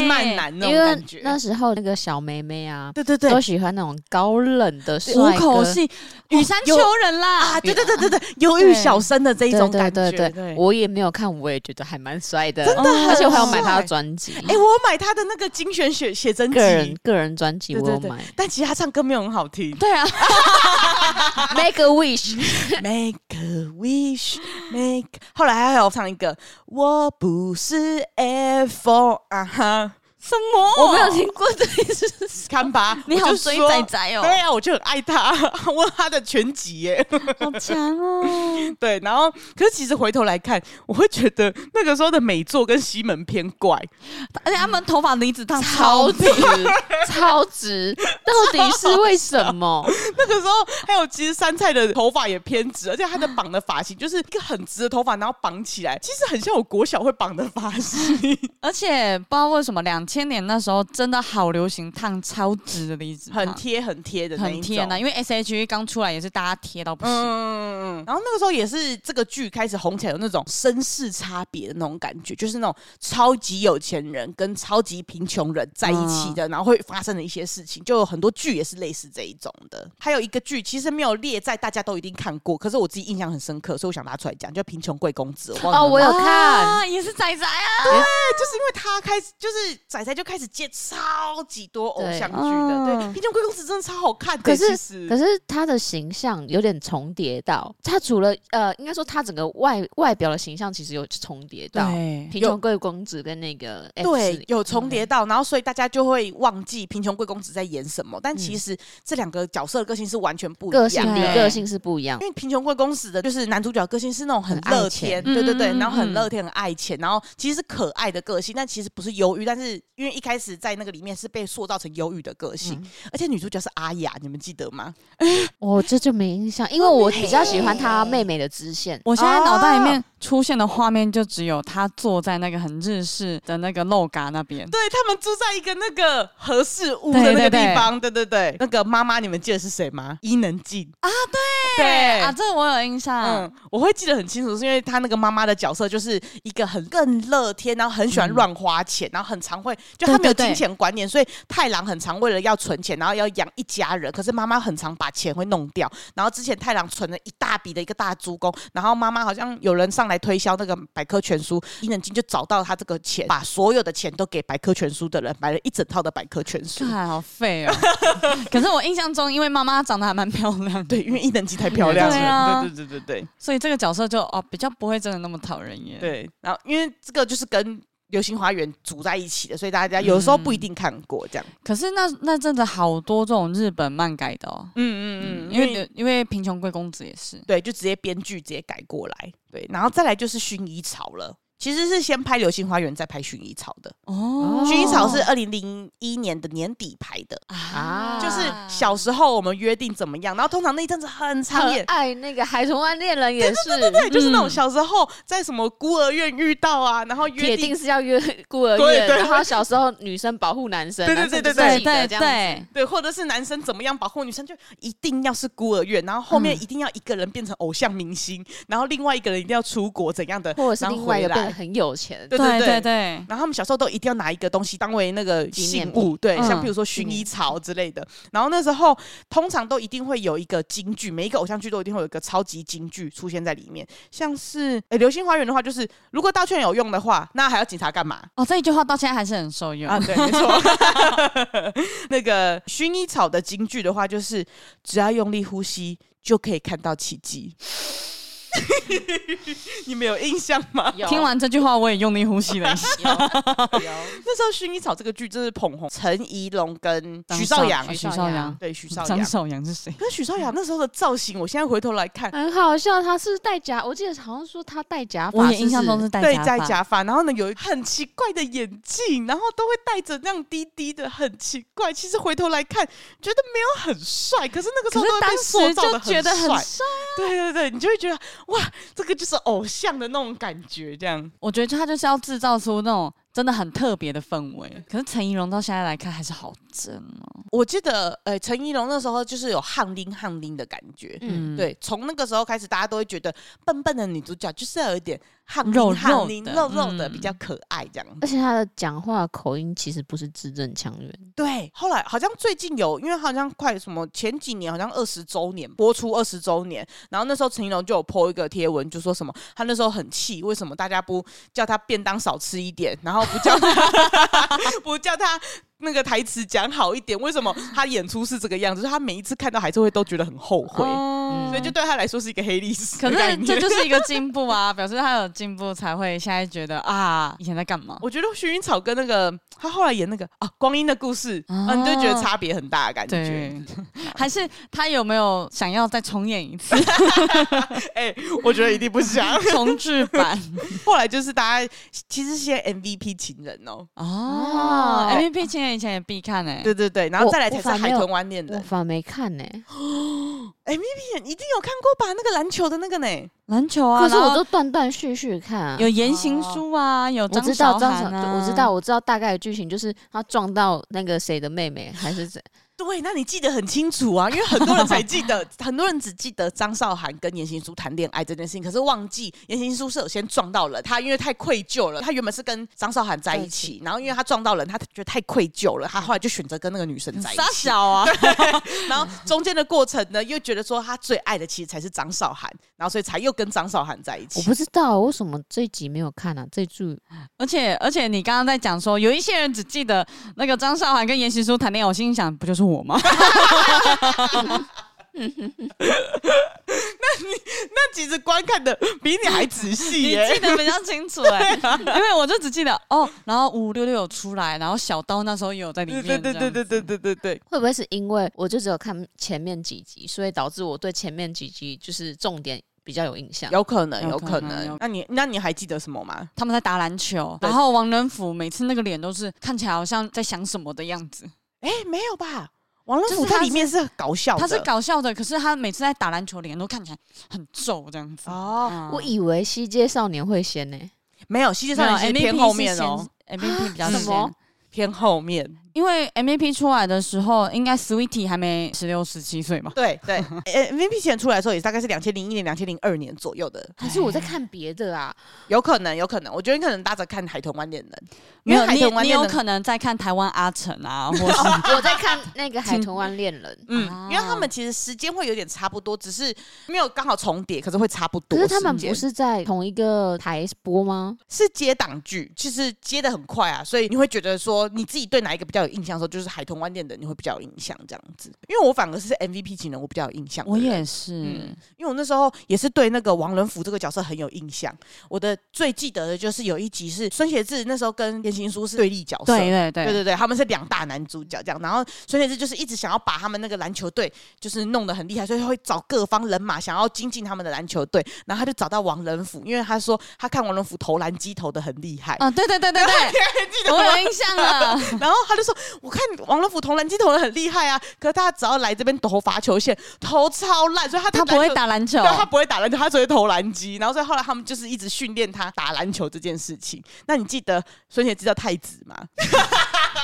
C: 斯漫男那
B: 因
C: 种
B: 为
C: 感觉。
B: 那时候那个小妹妹啊，
C: 对对对
B: 都，喜欢那种高冷的帅
A: 虎
B: 哥嗯
A: 口系羽山丘人啦
C: 哦啊，，对对对对对，忧郁小生的这一
B: 对
C: 种
B: 对
C: 感觉。
B: 对对我也没有看，我也觉得还蛮帅的，真
C: 真的很
B: 而且我还有买他
C: 帅
B: 的专辑，
C: 哎、我有买他的那个精选写写真集
B: 个，人个人专辑
C: 对
B: 我
C: 对
B: 有
C: 对
B: 买。
C: 但其实他唱歌没有很好听。
A: 对啊，
B: Make a wish，
C: *laughs* Make a wish, make。后来还有唱一个，我不是 F 啊哈，
A: 什么？
C: 哦
B: 我没有听过这一首。
C: 看吧，
A: 你
C: 我
A: 好
C: 就
A: 追
C: 说
A: 仔仔哦，
C: 对啊，我就很爱他， *laughs* 问他的全集耶。
A: 好强哦！
C: 对，然后可是其实回头来看，我会觉得那个时候的美作跟西门偏怪，
A: 而且他们头发离子烫超
B: 超值， *laughs* 超值，到底是为什么？
C: 那个时候还有其实杉菜的头发也偏直，而且他的绑的发型就是一个很直的头发，然后绑起来，其实很像我国小会绑的发
A: *laughs*
C: 型，
A: 而且不知道为什么，两千年那时候真的好流行烫超直的离子烫，
C: 很贴很贴的那一
A: 很贴呢。
C: 种。
A: 因为 S H E 刚出来也是大家贴到不行。
C: 嗯，然后那个时候也是这个剧开始红起来，有那种身世差别的那种感觉，就是那种超级有钱人跟超级贫穷人在一起
B: 嗯
C: 的，然后会发生的一些事情，就有很多剧也是类似这一种的。还有一个剧其实没有列在大家都一定看过，可是我自己印象很深刻，所以我想拿出来讲，叫《贫穷贵公子》。我忘了
B: 哦，我有看，
A: 啊，也是仔仔啊，
C: 就是因为他开始，就是仔仔就开始接超级多偶像剧的，
A: 对
C: 对
A: 嗯
C: 《贫穷贵公子》真的超好看的。
B: 可是
C: 其实
B: 可是他的形象有点重叠到，他除了呃，应该说他整个外外表的形象其实有重叠到。
A: 对，
B: 贫
C: 有
B: 穷贵公子跟那个 F
C: 对
B: 40
C: 有重叠到，然后所以大家就会忘记贫穷贵公子在演什么，但其实这两个角色的嗯个性是完全不一
B: 个
C: 样
B: 性
C: 的。
B: 比
A: 对
B: 个性是不一样
C: 因。为贫穷贵公子的就是男主角个性是那种很
B: 很爱
C: 乐
B: 钱
C: 天，对对对，
A: 嗯嗯嗯
C: 然后很
A: 嗯
C: 乐天、很爱钱，然后其实是可爱的个性，但其实不是忧郁，但是因为一开始在那个里面是被塑造成忧郁的个性，而且女主角是阿雅，你们记得吗？
B: 我哦这就没印象，因为我比较喜欢她妹妹的支线。
A: 我现在脑袋里面出现的画面就只有他坐在那个很日式的那个漏嘎那边，
C: 对他们住在一个那个合适屋的那
A: 对对
C: 个
A: 对
C: 地方，对对对那个妈妈，你们记得是谁吗？伊能静啊，对对
A: 啊，这我有印象。
C: 嗯，我会记得很清楚，是因为她那个妈妈的角色就是一个很嗯更乐天，然后很喜欢乱花钱，然后很常会就她没有
A: 对对对
C: 金钱观念，所以太郎很常为了要存钱，然后要养一家人，可是妈妈很常把钱会弄掉。然后之前太郎存了一大笔的一个大猪工，然后妈妈好像有人上来推销那个百科全书，伊能静就找到他这个钱，把所有的钱都给百科全书的人买了一整套的百科全书。
A: 看，好废 *laughs* 哦！可是我印象中，因为妈妈长得还蛮漂亮的，
C: 对，因为伊能静太漂亮了，
A: 对啊
C: 对对对对对。
A: 所以这个角色就哦比较不会真的那么讨人厌。，
C: 对，然后因为这个就是跟《流星花园》组在一起的，所以大家有时候不一定看过这样。
A: 可是那那阵子好多这种日本漫改的哦，
C: 嗯嗯
A: 因为因为贫穷贵公子也是，
C: 对，就直接编剧直接改过来。对，然后再来就是薰衣草了。其实是先拍《流星花园》，再拍《薰衣草》的。
A: 哦
C: 薰衣草是二零零一年的年底拍的，
A: 啊，
C: 就是小时候我们约定怎么样，然后通常那一阵子很长
B: 很
C: 演，
B: 爱那个《海豚湾恋人》也是，
C: 对，就是那种
A: 嗯
C: 小时候在什么孤儿院遇到啊，然后约
B: 嗯铁
C: 定
B: 定是要约孤儿
C: 对
B: 院。
C: 对
B: 然后小时候女生保护男生，
C: 对对
B: 男生
C: 对
B: 就是
C: 对
A: 对
B: 记得
A: 对
B: 这样。
A: 对，
C: 对，或者是男生怎么样保护女生，就一定要是孤儿院，然后后面
A: 嗯
C: 一定要一个人变成偶像明星，然后另外一个人一定要出国怎样的，
B: 或者是
C: 然后
B: 另外一
C: 回
B: 个变得
C: 来
B: 很有钱，
C: 对对
A: 对
C: 对
A: 对对，
C: 然后他们小时候都一定要拿一个东西当为那个
B: 纪念
C: 信物，对，
A: 嗯
C: 像比如说
B: 纪
C: 薰
B: 念
C: 衣草之类的。然后那时候通常都一定会有一个京剧，每一个偶像剧都一定会有一个超级京剧出现在里面。像是诶，流星花园》的话，就是如果道歉有用的话，那还要警察干嘛？
A: 哦这一句话到现在还是很受用
C: 啊，对，没错。 *laughs* 那个薰衣草的金句的话，就是只要用力呼吸就可以看到奇迹。 *laughs* 你们有印象吗？
B: 有
A: 听完这句话，我也用力呼吸了一下。
C: *laughs*
B: 有有
C: 那时候薰衣草这个剧真是捧红陈怡龙跟
A: 张
C: 许绍
A: 少
C: 洋，
A: 许
B: 许绍
A: 绍
B: 洋
A: 洋，
C: 对许绍
A: 张
C: 洋。
A: 少阳是谁？
C: 可是许绍洋那时候的造型，我现在回头来看，
B: *laughs* 很好笑，他是戴假，我记得好像说他戴假发，
A: 我也
B: 是不
A: 印象中
B: 是
A: 是戴
C: 对，
A: 假
C: 戴
A: 发，
C: 假发，然后呢有很奇怪的眼镜，然后都会戴着那样低低的，很奇怪。其实回头来看，觉得没有很帅，可是那个时
A: 可
C: 候
A: 是
C: 都会被
A: 当
C: 塑
A: 时
C: 造
A: 就
C: 的
A: 觉得很
C: 帅。啊
A: 帅。
C: 对对对，你就会觉得哇，这个就是偶像的那种感觉，这样。
A: 我觉得他就是要制造出那种真的很特别的氛围。可是陈怡蓉到现在来看还是好真哦。
C: 我记得，呃，陈怡龙那时候就是有汗淋汗淋的感觉。
B: 嗯，
A: 哦
C: 对，从那个时候开始，大家都会觉得笨笨的女主角就是要有一点汗
A: 肉
C: 淋汗淋、
A: 肉的
C: 肉肉的，
A: 嗯
C: 比较可爱这样。
B: 而且他的讲话口音其实不是字正腔圆，
C: 对，后来好像最近有，因为好像快什么前几年好像二十周年播出二十周年，然后那时候陈怡龙就有 po 一个贴文，就说什么他那时候很气，为什么大家不叫他便当少吃一点，然后不叫他 *laughs* 不叫他那个台词讲好一点，为什么他演出是这个样子？就是他每一次看到还是会都觉得很后悔，嗯
A: 哦
C: 所以就对他来说是一个黑历史的
A: 可
C: 概
A: 是
C: 念。
A: 这就是 *laughs* 一个进步啊，表示他有进步才会现在觉得啊，以前在干嘛？
C: 我觉得薰衣草跟那个他后来演那个啊《光阴的故事》啊，你就觉得差别很大的感觉
A: 哦对。，还是他有没有想要再重演一次 *laughs*
C: 哎、我觉得一定不想。
A: 重置
B: *laughs*
A: 版？
C: 后来就是大家其实是些 MVP 情人哦，
A: 哦
B: 哦
A: ，M V P 青年以前也必看欸诶，
C: 对对对，然
B: 嗯
C: 后
B: 我
C: 再来才是
B: 我反
C: 海
B: 没有
C: 豚湾恋
B: 我
C: 人
B: 反而没看呢、
C: ，MVP 一定有看过吧？那个篮球的那个呢？
A: 篮球啊，
B: 可是
A: 然
B: 我
A: 后
B: 都断断续续看、啊，
A: 有言行书啊，有
B: 我
A: 张
B: 知道
A: 韶
B: 张
A: 涵
B: 韶，
A: 啊，
B: 对我知道，我知道大概的剧情就是他撞到那个谁的妹妹，还是谁？
C: 对，那你记得很清楚
B: *laughs*
C: 啊，因为很多人才记得，很多人只记得张韶涵跟严行书谈恋爱这件事情，可是忘记严行书是有先撞到人，他因为太愧疚了，他原本是跟张韶涵在一
B: 在
C: 起，然后因为他撞到人，他觉得太愧疚了，他后来就选择跟那个女生在一
A: 傻
C: 起。
A: 小啊， *laughs*
C: 然后中间的过程呢，又觉得说他最爱的其实才是张韶涵，然后所以才又跟张韶涵在一起。
B: *laughs* 我不知道为什么这一集没有看啊？这一集
A: 而且而且，你刚刚在讲说，有一些人只记得那个张韶涵跟严行书谈恋爱，我心里想，不就是我
C: *laughs*
A: 吗？
C: 其实观看的比你还仔细
A: 你
C: 耶、
A: 记得比较清楚哎、
C: *laughs*
A: 因为我就只记得哦，然后五五六六有出来，然后小刀那时候也有在里
C: 对
A: 面，
C: 对对对对对对对对，
B: 会不会是因为我就只有看前面几集，所以导致我对前面几集就是重点比较有印象。
C: 有可能，有
A: 有
C: 可
A: 可能
C: 能
A: 有。
C: 那你那你还记得什么吗？
A: 他们在打篮球，
C: 对
A: 然后王仁甫每次那个脸都是看起来好像在想什么的样子，
C: 哎、没有吧？王仁
A: 就
C: 甫
A: 是他
C: 在里面是搞笑的，
A: 他是搞笑的，可是他每次在打篮球脸都看起来很皱这样子。
C: 哦，
A: 嗯
B: 我以为西街少年会先呢、
C: 没有，《西街
A: 没
C: 少
A: 有
C: 年》其
A: MVP
C: 实偏后面哦
A: 是，先，MVP 比较
C: *laughs*
B: 什么
A: 先，
C: 偏后面。
A: 因为 MVP 出来的时候，应该 Sweetie 还没十六十七岁吧？
C: 对对诶，MVP 前出来的时候也大概是两千零一年、两千零二年左右的，
B: 还是我在看别的
C: *laughs*
B: 啊？
C: 有可能，有可能。我觉得你可能搭着看《海豚湾恋人》，
A: 没
C: 因为
A: 有，
C: 海
A: 你
C: 豚湾
A: 你
C: 恋
A: 有
C: 人》
A: 可能在看台湾阿成啊，或是 *laughs*
B: 我在看那个《海豚湾恋人》。
A: 哦啊
C: 嗯，因为他们其实时间会有点差不多，只是没有刚好重叠，可是会差不多
B: 可
C: 时
B: 是
C: 间。
B: 他们不是在同一个台播吗？
C: 是接档剧，其实接的很快啊，所以你会觉得说你自己对哪一个比较有印象的时候，就是《海豚湾恋人》你会比较有印象这样子。因为我反而是 MVP 情人，我比较有印象的
A: 我
C: 人。
A: 也是
C: 嗯，因为我那时候也是对那个王仁甫这个角色很有印象。我的最记得的就是有一集是孙协志那时候跟田行书是对立角色，
A: 对对
C: 对
A: 对，
C: 对对，他们是两大男主角这样。然后孙协志就是一直想要把他们那个篮球队就是弄得很厉害，所以会找各方人马想要精进他们的篮球队。然后他就找到王仁甫，因为他说他看王仁甫投篮机投的很厉害。
A: 啊，对对对对 *laughs* 对，我有印象了。
C: 然后他就说：“我看王仁甫投篮机投的很厉害啊，可是他只要来这边投罚球线，投超烂，所以他在
A: *laughs* 他不
C: 篮
A: 会
C: 球
A: 打篮球
C: 对，，他不会打篮球，他只会投篮机。然后所以后来他们就是一直训练他打篮球这件事情。那你记得孙贤知道太子
A: *laughs*
C: 吗？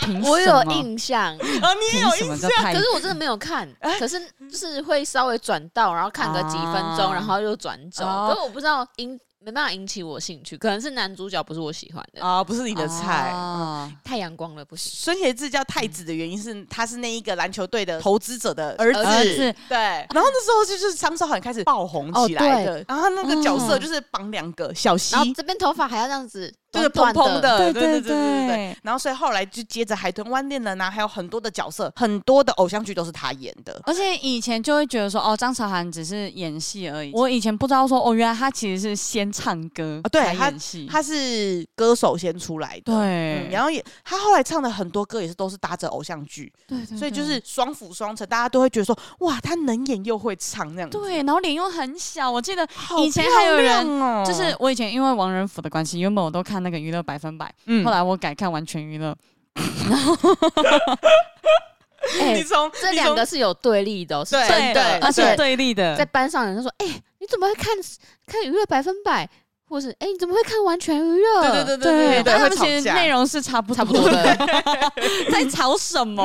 A: 凭
B: 我有
A: 什么，
B: 印象，
C: 啊，你也
A: 凭
C: 有
A: 什
C: 印
A: 么
C: 象
A: 叫？太
B: 可是我真的没有看，
C: 哎
B: 可是就是会稍微转到，然后看个几分钟，
A: 啊
B: 然后又转走。
A: 哦
B: 可是我不知道引没办法引起我兴趣，可能是男主角不是我喜欢的，
C: 啊，不是你的菜。
A: 啊
B: 太阳光了不行。
C: 孙协志叫太子的原因是，他是那一个篮球队的投资者的嗯儿子。
A: 儿子
C: 对，然后那时候就是张韶涵开始哦嗯爆红起来的，然后那个角色就是绑两个小溪
B: 然，后这边头发还要这样子，
C: 就是蓬
B: 短短
C: 蓬的，
A: 对
C: 对对
A: 对
C: 对对对对
A: 对。
C: 然后所以后来就接着《海豚湾恋人》啊，还有很多的角色，很多的偶像剧都是他演的。
A: 而且以前就会觉得说，哦，张韶涵只是演戏而已。我哦以前不知道说，哦，原来她其实是先唱歌
C: 啊对
A: 才
C: 她
A: 演戏，
C: 他是歌手先出来的，嗯
A: 对，
C: 然后也他后来唱的很多歌也是都是搭着偶像剧，
A: 对对
C: 所以就
A: 对
C: 是双辅双成，大家都会觉得说哇，他能演又会唱这样子。
A: 对，然后脸又很小。我记得
C: 好
A: 以前还有人
C: 漂亮哦，
A: 就是我以前因为王仁甫的关系，原本我都看那个娱乐百分百，
C: 嗯
A: 后来我改看完全娱乐。
B: 哎、
C: *laughs* 你从
B: 这两个是有对立的、哦，是
C: 对
B: 真的，
A: 而
B: 而
A: 且
B: 且
A: 对立
B: 在
A: 的，
B: 班上人家说：“哎、你怎么会看看娱乐百分百？”或是“哎、你怎么会看完全娱乐？”
C: 对对对对对
A: 但呃他
C: 对，会
A: 们其实
C: 吵架
A: 内。容是差不
B: 差不多的。
A: *laughs* 在吵什
C: *laughs*
A: 么？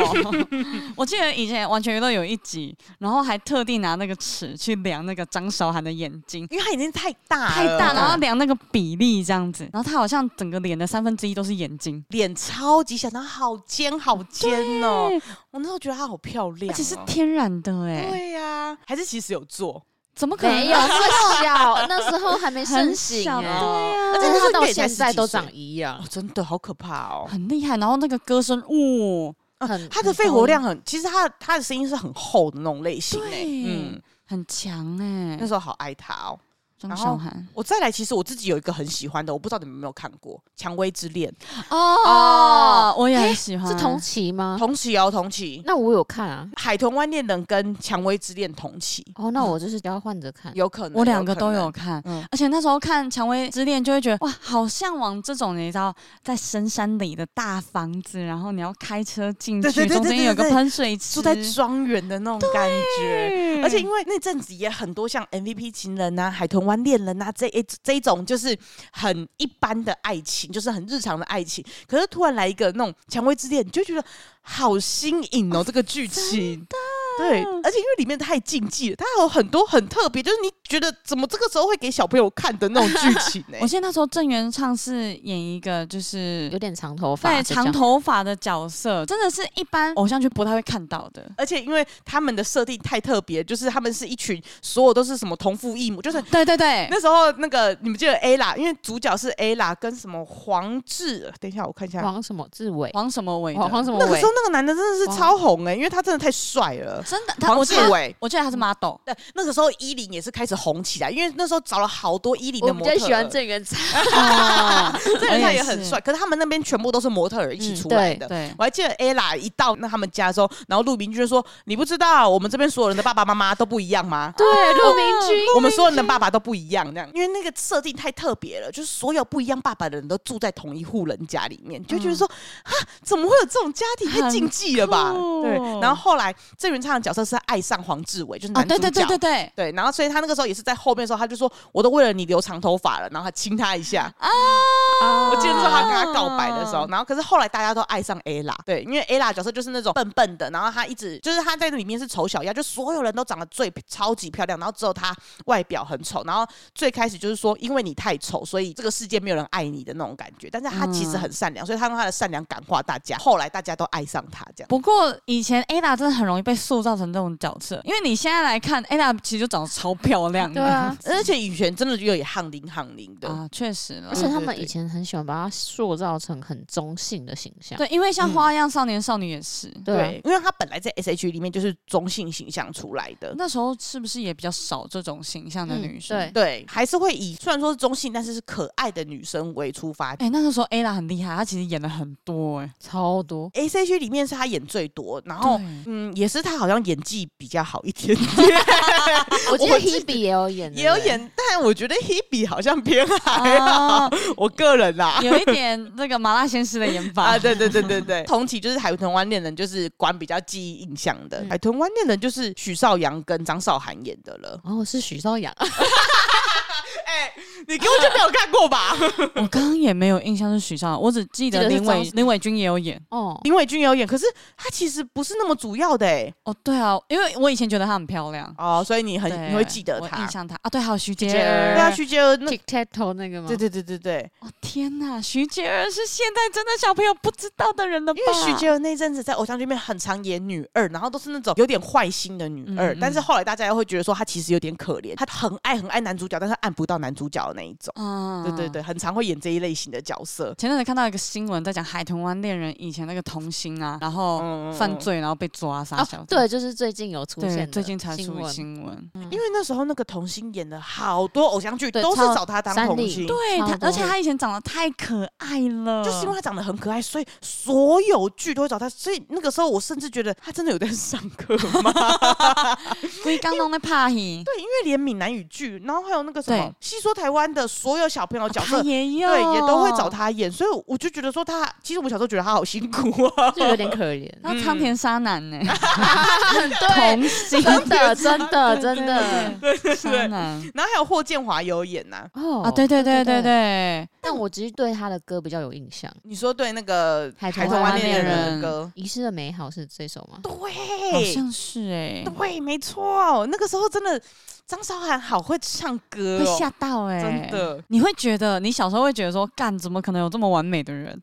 A: 我记得以前完全娱乐有一集，然后还特地拿那个尺去量那个张韶涵的眼睛。
C: 因为他眼睛太大
A: 太大，
C: 了
A: 然后量那个比例这样子，然后她好像整个脸的三分之一都是眼睛，
C: 脸超级小，然后好尖好尖哦！我那时候觉得她好漂亮、
A: 而
C: 哦，
A: 且是天然的哎、
C: 对呀、还是其实有做，
A: 怎么 *laughs* 可能啊
B: 没有那么小，那时候还没盛行
A: 很小
B: 哎、
A: 对
C: 啊
B: 而且
C: 那
B: 他
C: 时
B: 到
C: 候
B: 现在都
C: 长
B: 长，一样
A: *laughs*
C: 哦，，真的好可怕哦！啊
A: 很厉害？然后那个歌声，哦哇、
B: 很
C: 他的肺活量很，其实他他的声音是很厚的那种类型、欸，
A: 对
C: 嗯，
A: 很强哎、
C: 那时候好爱他哦。
A: 张
C: 然
A: 韶
C: 后
A: 涵
C: 我再来，其实我自己有一个很喜欢的，我不知道你们有没有看过《蔷薇之恋
A: 哦，我也很喜欢，
B: 是同期
A: 啊
B: 吗》，？
C: 同期哦，同期，《
B: 那我有看啊，
C: 海豚湾恋人》跟《蔷薇之恋》同期，
B: 哦，那我就是交换着看。
C: 有可能，
A: 我两个
C: 可能
A: 都有。看。
C: 嗯
A: 而且那时候看《蔷薇之恋》，就会觉得哇，好向往这种你知道，在深山里的大房子，然后你要开车进
C: 对对
A: 去，
C: 对
A: 中
C: 对
A: 间
C: 对
A: 有个
C: 对
A: 喷水池，嗯
C: 住在庄园的那种感觉，
A: 对
C: 而且因为那阵子也很多像 MVP 情人呐、海豚湾恋人呐、啊这一这一种就是很一般的爱情，就是很日常的爱情。可是突然来一个那种蔷薇之恋，你就觉得好新颖哦，这个剧情。对，而且因为里面太禁忌了，它有很多很特别，就是你觉得怎么这个时候会给小朋友看的那种剧情 *laughs* 呢、
A: 我记得那时候郑元畅是演一个就是
B: 有点长头发，
A: 对
B: 就这样
A: 长头发的角色，真的是一般偶像剧不太会看到的。
C: 而且因为他们的设定太特别，就是他们是一群所有都是什么同父异母，就是
A: 对对对，
C: 那时候那个你们记得 A 啦，因为主角是 A 啦跟什么黄志，等一下我看一下。
B: 黄什么志伟，
A: 黄什么伟的，
B: 黄黄什么
C: 那个
B: 伟
C: 时候，那个男的真的是欸
B: 哇
C: 超红哎、因为他真的太帅了。
A: 真的，他
C: 黄
A: 我
C: 志
A: 记得
C: 伟。
A: 我记得他是 model，
C: 对，那个时候依林也是开始红起来，因为那时候找了好多依林的
B: 我比
C: 模
B: 较
C: 特，
B: 喜欢郑元畅，
A: *laughs*
B: 嗯
A: 哦，
C: 这个人他也很
A: 我是
C: 帅，。可是他们那边全部都是模特儿一起
B: 嗯
C: 出来
B: 对
C: 的。
A: 对，
C: 我还记得 ella 一到那他们家之后，然后陆明君就说：“你不知道我们这边所有人的爸爸妈妈都不一样吗？
B: *laughs* 对，陆明君，
C: 我们所有人的爸爸都不一样，这样，因为那个设定太特别了，就是所有不一样爸爸的人都住在同一户人家里面，就觉得说，啊，怎么会有这种家庭？太
A: 嗯很
C: 禁忌了吧？
A: 酷
C: 对。然后后来郑元畅的角色是爱上黄志伟，就是
A: 哦，
C: 男主
A: 对对
C: 角。
A: 对对对，
C: 对然后所以他那个时候也是在后面的时候，他就说我都为了你留长头发了，然后他亲他一下。
B: 啊
C: 我记得那时候他跟他告白的时候，然后可是后来大家都爱上 ella，对，因为 ella 角色就是那种笨笨的，然后她一直就是她在里面是丑小鸭，就所有人都长得最超级漂亮，然后只有她外表很丑，然后最开始就是说因为你太丑，所以这个世界没有人爱你的那种感觉，但是她其实很善良，所以她用她的善良感化大家，后来大家都爱上她这样。
A: 不过以前 Ada 真的很容易被塑造成这种角色，因为你现在来看 Ada 其实就长得超漂亮的，
B: 对啊，
C: 而且以前真的就有也夯灵夯灵的，
A: *laughs* 啊，确实了
B: 而。且他
C: 对
B: 们
C: 对
B: 以前很喜欢把他塑造成很中性的形象，
A: 对，因为像
C: 嗯
A: 《花样少年少女》也是，
B: 啊
C: 对，因为她本来在 S H E 里面就是中性形象出来的，
A: 那时候是不是也比较少这种形象的
B: 嗯
A: 女生？
B: 对
C: 对，还是会以虽然说是中性，但是是可爱的女生为出发点。
A: 哎、那个时候 Ada 很厉害，她其实演了很多哎、
B: 超多
C: A C E 区里面是她演最多，然
A: 哦
C: 后，
A: *laughs*
C: 嗯，也是她好像演技比较好一点 *laughs* 点，
B: 我记得
C: 我记
B: Hebe 也有演，
C: 也有
B: 对不对，
C: 演，但我觉得 Hebe 好像偏还好，
A: 哦
C: 我个人啦。
A: 有一点那个麻辣鲜师的演法
C: *laughs* 啊，对对对对对，同期就是《海豚湾恋人》，就是管比较记忆印象的，
B: 嗯
C: 海豚湾恋人》就是许绍洋跟张韶涵演的了。
B: 哦，是许绍洋，
C: 哎、你根本就没有看过 *laughs* 吧？
A: 我刚刚也没有印象是许绍洋，我只记
B: 记
A: 得
B: 得是
A: 林伟
B: 张
A: 林伟君也有演。
B: 哦，
C: 林伟君有演，可是她其实不是那么主要的哎、
A: 哦，对啊，因为我以前觉得她很漂亮，
C: 哦，所以你很
A: 对
C: 你会记得
A: 我
C: 她
A: 印。象她啊，对，还有徐杰
B: 杰
A: 儿，
B: 儿
C: 对啊，徐杰那
B: Tic Tac Toe *laughs* 那个吗？
C: 对对对对对，
A: 哦天哪，徐杰儿是现在真的小朋友不知道的人了吧
C: 因？为徐杰儿那阵子在偶像剧里面很常演女二，然后都是那种有点坏心的女
A: 嗯
C: 二，
A: 嗯
C: 但是后来大家又会觉得说她其实有点可怜，她很爱很爱男主角，但是按不到男主角的那一种。
A: 啊
C: 对对。对，很常会演这一类型的角色。
A: 前阵子看到一个新闻，在讲海豚湾恋人以前那个童星啊，然后
C: 嗯，嗯
A: 犯。
C: 嗯
A: 罪，然后被抓杀小
B: 哦，，对，就是最近有出现
A: 对，
B: 的，
A: 最近才出
B: 闻
A: 新闻，
C: 因为那时候那个童星演的好多偶像剧
B: 对
C: 都是
B: 超
C: 找她当
B: 三
C: 童
B: 立
C: 星，
A: 对，嗯
B: 差
A: 她
B: 不多
A: 而且她以前长得太可爱了，
C: 就是因为她长得很可爱，所以所有剧都会找她。所以那个时候我甚至觉得她真的有在上课吗？
A: 龟刚弄那怕戏，
C: 对，因为连闽南语剧，然后还有那个什么
A: 对哦
C: 《戏说台湾》的所有小朋友角
A: 她
C: 色
A: 啊也有，
C: 对，也都会找。他演，所以我就觉得说他，其实我小时候觉得他好辛苦啊。
B: 就有点可怜，
A: 那
C: 嗯
A: 苍田沙男呢？
B: *laughs* 对，
A: 童星
B: 真的真的真的。
C: *laughs*
A: 对对沙男
C: *laughs* 然后还有霍建华也有演呐、
B: 哦
A: 啊，对对对对
B: 对
A: 对，
B: 但我只是对他的歌比较有印象，
C: 你说对那个
B: 海豚
C: 豚湾
B: 湾
C: 恋
B: 恋
C: 人》
A: 人
C: 的歌，
B: 《遗失的美好》是这首吗？
A: 好
C: 对，
A: 像是哎，
C: 对，没错，那个时候真的张韶涵好会唱歌
A: 会
C: 哦，
A: 吓到哎，
C: 真。的，
A: 你会觉得，你小时候会觉得说，干怎么可能有这么完美的
C: *laughs*
A: 人？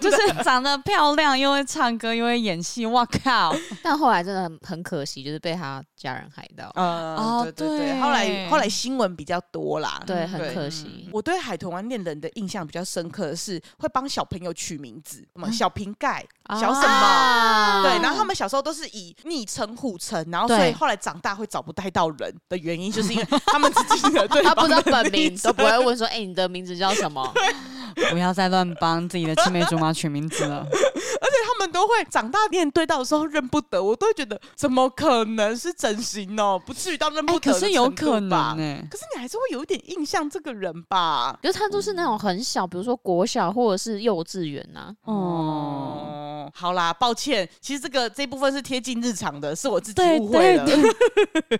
A: 就是长得漂亮，又会唱歌，又会演戏，哇靠！
B: 但后来真的很很可惜，就是被他家人害到，
C: 嗯，
A: 哦
C: 对对对，
A: 对
C: 后来后来新闻比较多啦，
B: 对，
A: 嗯
B: 很
C: 对
B: 可惜。
C: 我对《海豚湾恋人》的印象比较深刻的是，会帮小朋友取名字，
A: 啊
C: 什么小瓶盖、小什么，
B: 啊
C: 对，然后他们小时候都是以昵称互称，然后所以
A: 对
C: 后来长大会找不太到人的原因，就是因为他们只
A: *laughs*
C: 记嗯得对
A: 啊
B: 他不
C: 方
B: 知道
C: 的
B: 本
C: 名
B: 名，
C: 字
B: 都不会问说：“哎、你的名字叫什么
A: 不要再乱帮自己的青梅竹马取名字了。
C: 他们都会长大面对到的时候认不得，我都会觉得怎么可能是整形哦，不至于到认
A: 哎、
C: *laughs* 不
A: 可
C: 得的
A: 是有
C: 程度
A: 可能欸
C: 吧
A: 呢、
C: 可是你还是会有一点印象这个人吧？”？
B: 可是他都是那种很小，比如说国小或者是幼稚园啊呐、
A: 哦，
C: 哦，好啦，抱歉，其实这个这部分是贴近日常的，是我自己
A: 对
C: 误会了。
A: 对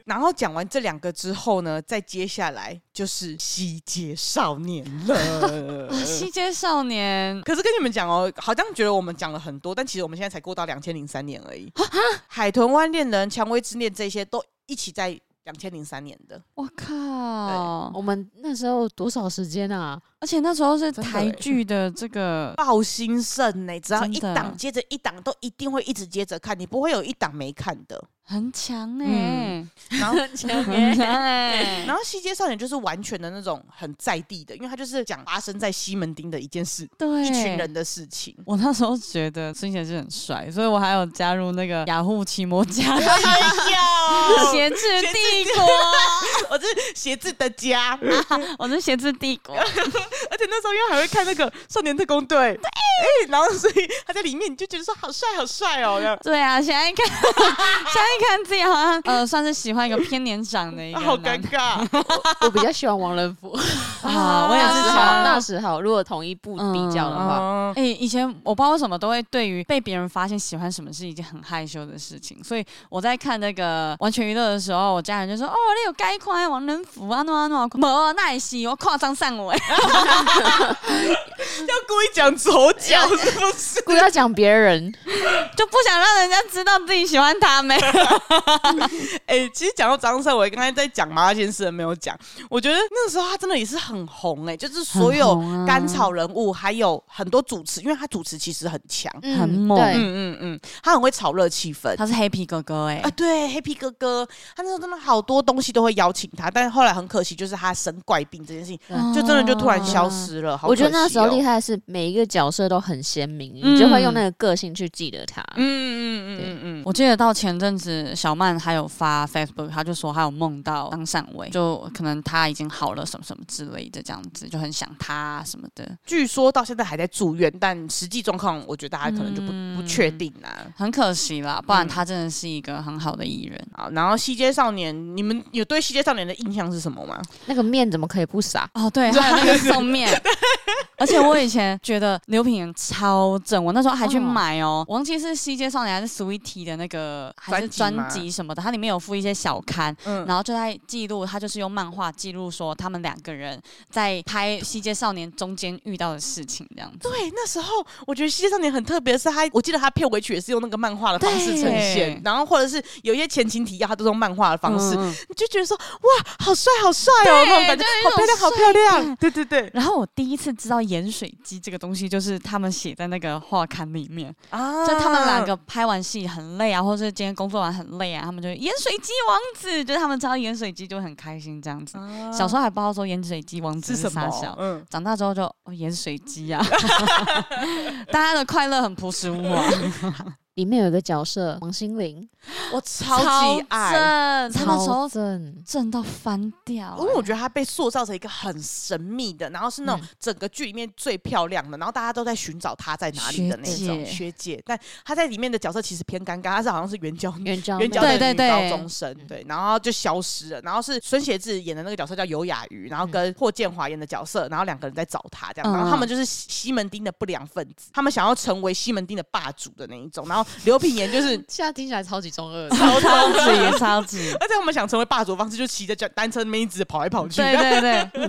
C: 然后讲完这两个之后呢，再接下来就是《西街少年》 *laughs* 了。
A: 啊，西街少年
C: 可是跟你们讲哦，好像觉得我们讲了很多，但其实我们现啊在才过到两千零三年而已。海豚湾恋人、蔷薇之恋这些都一起在两千零三年的，
A: 我靠！
B: 我们那时候多少时间啊？ *laughs*
A: 而且那时候是
C: 真的
A: 台
C: 欸
A: 剧的这个，
C: 爆兴盛呢、只要一
A: 真的
C: 档接着一档，都一定会一直接着看，你不会有一档没看的。
A: 很强哎
B: 嗯，
C: 然 *laughs* 后
A: 很强哎，
C: *laughs* 然后《西街少年》就是完全的那种很在地的，因为他就是讲发生在西门町的一件事，
A: 对，
C: 一群人的事情。
A: 我那时候觉得孙贤志很帅，所以我还有加入那个雅虎奇摩家 *laughs*
C: 哦
A: 庭
C: 哎呦，
A: 鞋子帝国，
C: *laughs* 我是鞋子的家，
A: 我是鞋子帝国，
C: 而且那时候因为还会看那个《少年特工队》，对，哎、然后所以他在里面你就觉得说好帅好帅哦，这样
A: 对啊，现在看， *laughs* 现在看自己好像呃，算是喜欢一个偏年长的一个
C: 啊
A: 男，
C: *laughs* 好尴尬。
B: 我比较喜欢王仁甫。 *laughs*
A: 啊！我也
B: 那
A: 是
B: 时
A: 喜
B: 候
A: 欢
B: 那时候，如果同一部比较的话，
C: 哦
A: 哎、以前我不知道为什么都会对于被别人发现喜欢什么是一件很害羞的事情，所以我在看那个《完全娱乐》的时候，我家人就说：“哦，你有该款王仁甫啊，诺啊诺啊，没耐心，我夸张上我。 *laughs*
C: 要故意讲丑角是不是？
B: *laughs* 故意要讲别人，
A: 就不想让人家知道自己喜欢他没。
C: *laughs* 哎、其实讲到张胜伟，刚才在讲麻辣鲜师的没有讲，我觉得那时候他真的也是很红哎、就是所有甘草人物，还有很多主持，因为他主持其实很强，
A: 很猛
B: 对，
C: 嗯嗯嗯，他很会炒热气氛。
A: 他是黑皮哥哥哎、
C: 啊，对，黑皮哥哥，他那时候真的好多东西都会邀请他，但是后来很可惜，就是他生怪病这件事情，就真的就突然消失了。好
B: 我觉得
C: 可惜
B: 那时候
C: 哦
B: 厉害的是每一个角色都很鲜明，
A: 嗯
B: 你就会用那个个性去记得他。
C: 嗯嗯嗯嗯嗯嗯，
A: 我记得到前阵子，小曼还有发 Facebook，她就说她有梦到张善伟，就可能他已经好了什么什么之类的，这样子就很想他、什么的，
C: 据说到现在还在住院，但实际状况，我觉得大家可能就不、
B: 嗯
C: 不确定啦、
A: 很可惜啦。不
C: 嗯
A: 然他真的是一个很好的艺人。
C: 好，然后《西街少年》，你们有对《西街少年》的印象是什么吗？
B: 那个面怎么可以不撒？
A: 哦，
C: *laughs*
A: 对，还有那个送面。而且我以前觉得刘品言超正，我那时候还去
C: 嗯
A: 买哦，我忘记是《西街少年》还是 Sweetie 的那个还是
C: 专辑
A: 专
C: 吗
A: 辑什么的，它里面有附一些小刊，
C: 嗯，
A: 然后就在记录，他就是用漫画记录说他们两个人在拍《西街少年》中间遇到的事情这样子。
C: 对，那时候我觉得《西街少年》很特别，是他，我记得他片尾曲也是用那个漫画的方式呈现
A: 对，
C: 然后或者是有一些前情提要，他都是用漫画的方式，
A: 嗯嗯
C: 你就觉得说哇，好帅，好帅哦，
A: 对
C: 那种感觉
A: 就，有一
C: 好漂亮，
A: 种
C: 好漂亮，对
A: *laughs*
C: 对对，
A: 然后我第一次知道盐水鸡这个东西，就是他们写在那个画刊里面，
C: 啊
A: 就他们两个拍完戏很累啊，或者是今天工作完很累啊，他们就盐水鸡王子，就是他们知道盐水鸡就会很开心这样子。
C: 啊
A: 小时候还不知道说盐水鸡王子
C: 是什
A: 啥
C: 么
A: 小？，
C: 嗯，
A: 长大之后就哦盐水鸡啊， *laughs* 大家的快乐很朴实无华。
B: 里面有一个角色王心凌，
C: 我超级爱。
A: 正，他那时候
B: 超正
A: 正到翻掉、欸
C: 因为我觉得他被塑造成一个很神秘的，然后是
A: 嗯
C: 那种整个剧里面最漂亮的，然后大家都在寻找他在哪里的那
A: 学姐
C: 种学姐，但他在里面的角色其实偏尴尬，他是好像是援交女
B: 袁娇妹
C: 援交的
A: 对
C: 女
A: 对对嗯
C: 高中生，对，然后就消失了。然后是孙协志演的那个角色叫尤雅瑜，
A: 嗯
C: 然后跟霍建华演的角色，然后两个人在找他这样，然后他们就是西西门町的不良分子，他们想要成为西门町的霸主的那一种。然后刘品言就是。
A: *laughs*
B: 现在听起来超级中二
C: 超
A: 超
C: 超，
A: 级超级
C: *laughs* 而且我们想成为霸主的方式，就骑着脚单车那边一直跑来跑
A: *laughs*
C: 去。
A: 对对对，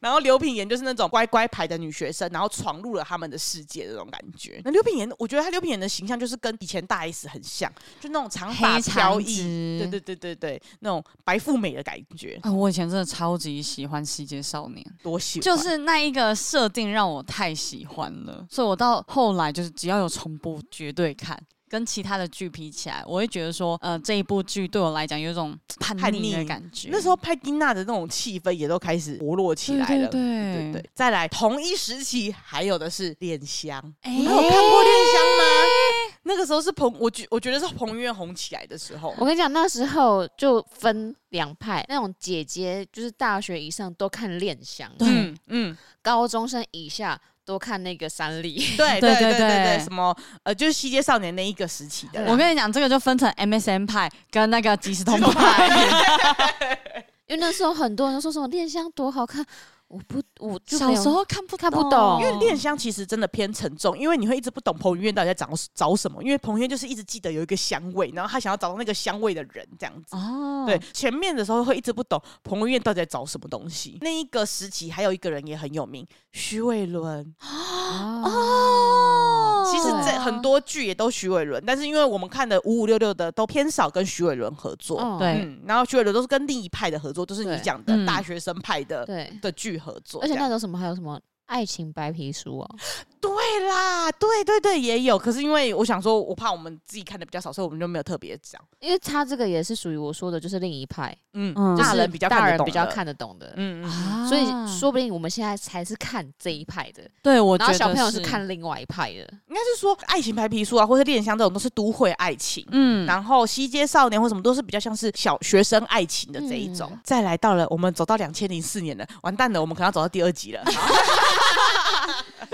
C: 然后刘品言就是那种乖乖牌的女学生，然后闯入了他们的世界的那种感觉。那刘品言，我觉得她刘品言的形象就是跟以前大 S 很像，就那种长发
A: 黑
C: 飘
A: 长
C: 逸，
A: 直，
C: 对对对对对，那种白富美的感觉，
A: 啊，我以前真的超级喜欢《西街少年》，
C: 多喜欢。
A: 就是那一个设定让我太喜欢了，所以我到后来就是只要有重播绝对看。跟其他的剧比起来，我会觉得说，呃，这一部剧对我来讲有一种叛
C: 叛
A: 逆的
C: 逆
A: 感觉。
C: 那时候拍金娜的那种气氛也都开始活络起
A: 对
C: 来了。
A: 对对
C: 对对，再来同一时期还有的是《恋香》，
A: 哎
C: 你们有看过《恋香》吗？那个时候是彭，我觉我觉得是彭于晏红起来的时候。
B: 我
A: 哦
B: 跟你讲，那时候就分两派，那种姐姐就是大学以上都看恋香，
A: 对
C: 嗯嗯，
B: 高中生以下都看那个三立。 *laughs*
A: *laughs*
C: 对
A: 对
C: 对
A: 对
C: 对对
A: 对
C: 对，什么呃，就是西街少年那一个时期的啦。
A: 我跟你讲，这个就分成 MSN 派跟那个即时通派。
B: 因为那时候很多人都说什么恋香多好看，我不我就没
A: 小
B: 有
A: 时候看不
B: 看不
A: 因
B: 懂
C: 因
A: 为
C: 为
A: 练
C: 恋香其实真的偏沉重，因为你会一直不懂彭于晏到底在找找什么，因为彭于晏就是一直记得有一个香味，然后他想要找到那个香味的人这样
A: *laughs*
C: 子。
A: 哦，
B: 嗯
C: 对，前面的时候会一直不懂彭于晏到底在找什么东西。那一个时期还有一个人也很有名，徐伟伦，
B: 哦，
A: 哦，
C: 其实这
B: 对
C: 很多剧也都徐伟伦，但是因为我们看的五五六六的都偏少跟徐伟伦合作，
B: 哦
A: 对
C: 嗯，然后徐伟伦都是跟另一派的合作，就是你
B: 对
C: 讲
A: 嗯
C: 的大学生派的
B: 对，
C: 的剧合作，
B: 而且那
C: 这样
B: 时候什么还有什么爱情白皮书哦，
C: 对啦，对对对也有，可是因为我想说，我怕我们自己看的比较少，所以我们就没有特别讲，
B: 因为他这个也是属于我说的，就是另一派，
C: 嗯，
A: 嗯
B: 就是
C: 大人比较看
B: 大
C: 得
B: 人
C: 懂
B: 比较
C: 的，
B: 看得懂的，
C: 嗯嗯嗯，
A: 啊
B: 所以说不定我们现在才是看这一派的，
A: 对我觉得
B: 然后小朋友是，看另外一派的，
C: 应该是说爱情白皮书啊，或是恋香这种都是都会爱情。
A: 嗯，
C: 然后西街少年或什么都是比较像是小学生爱情的这一种。
B: 嗯
C: 再来到了我们走到两千零四年了，完蛋了，我们可能要走到第二集了。，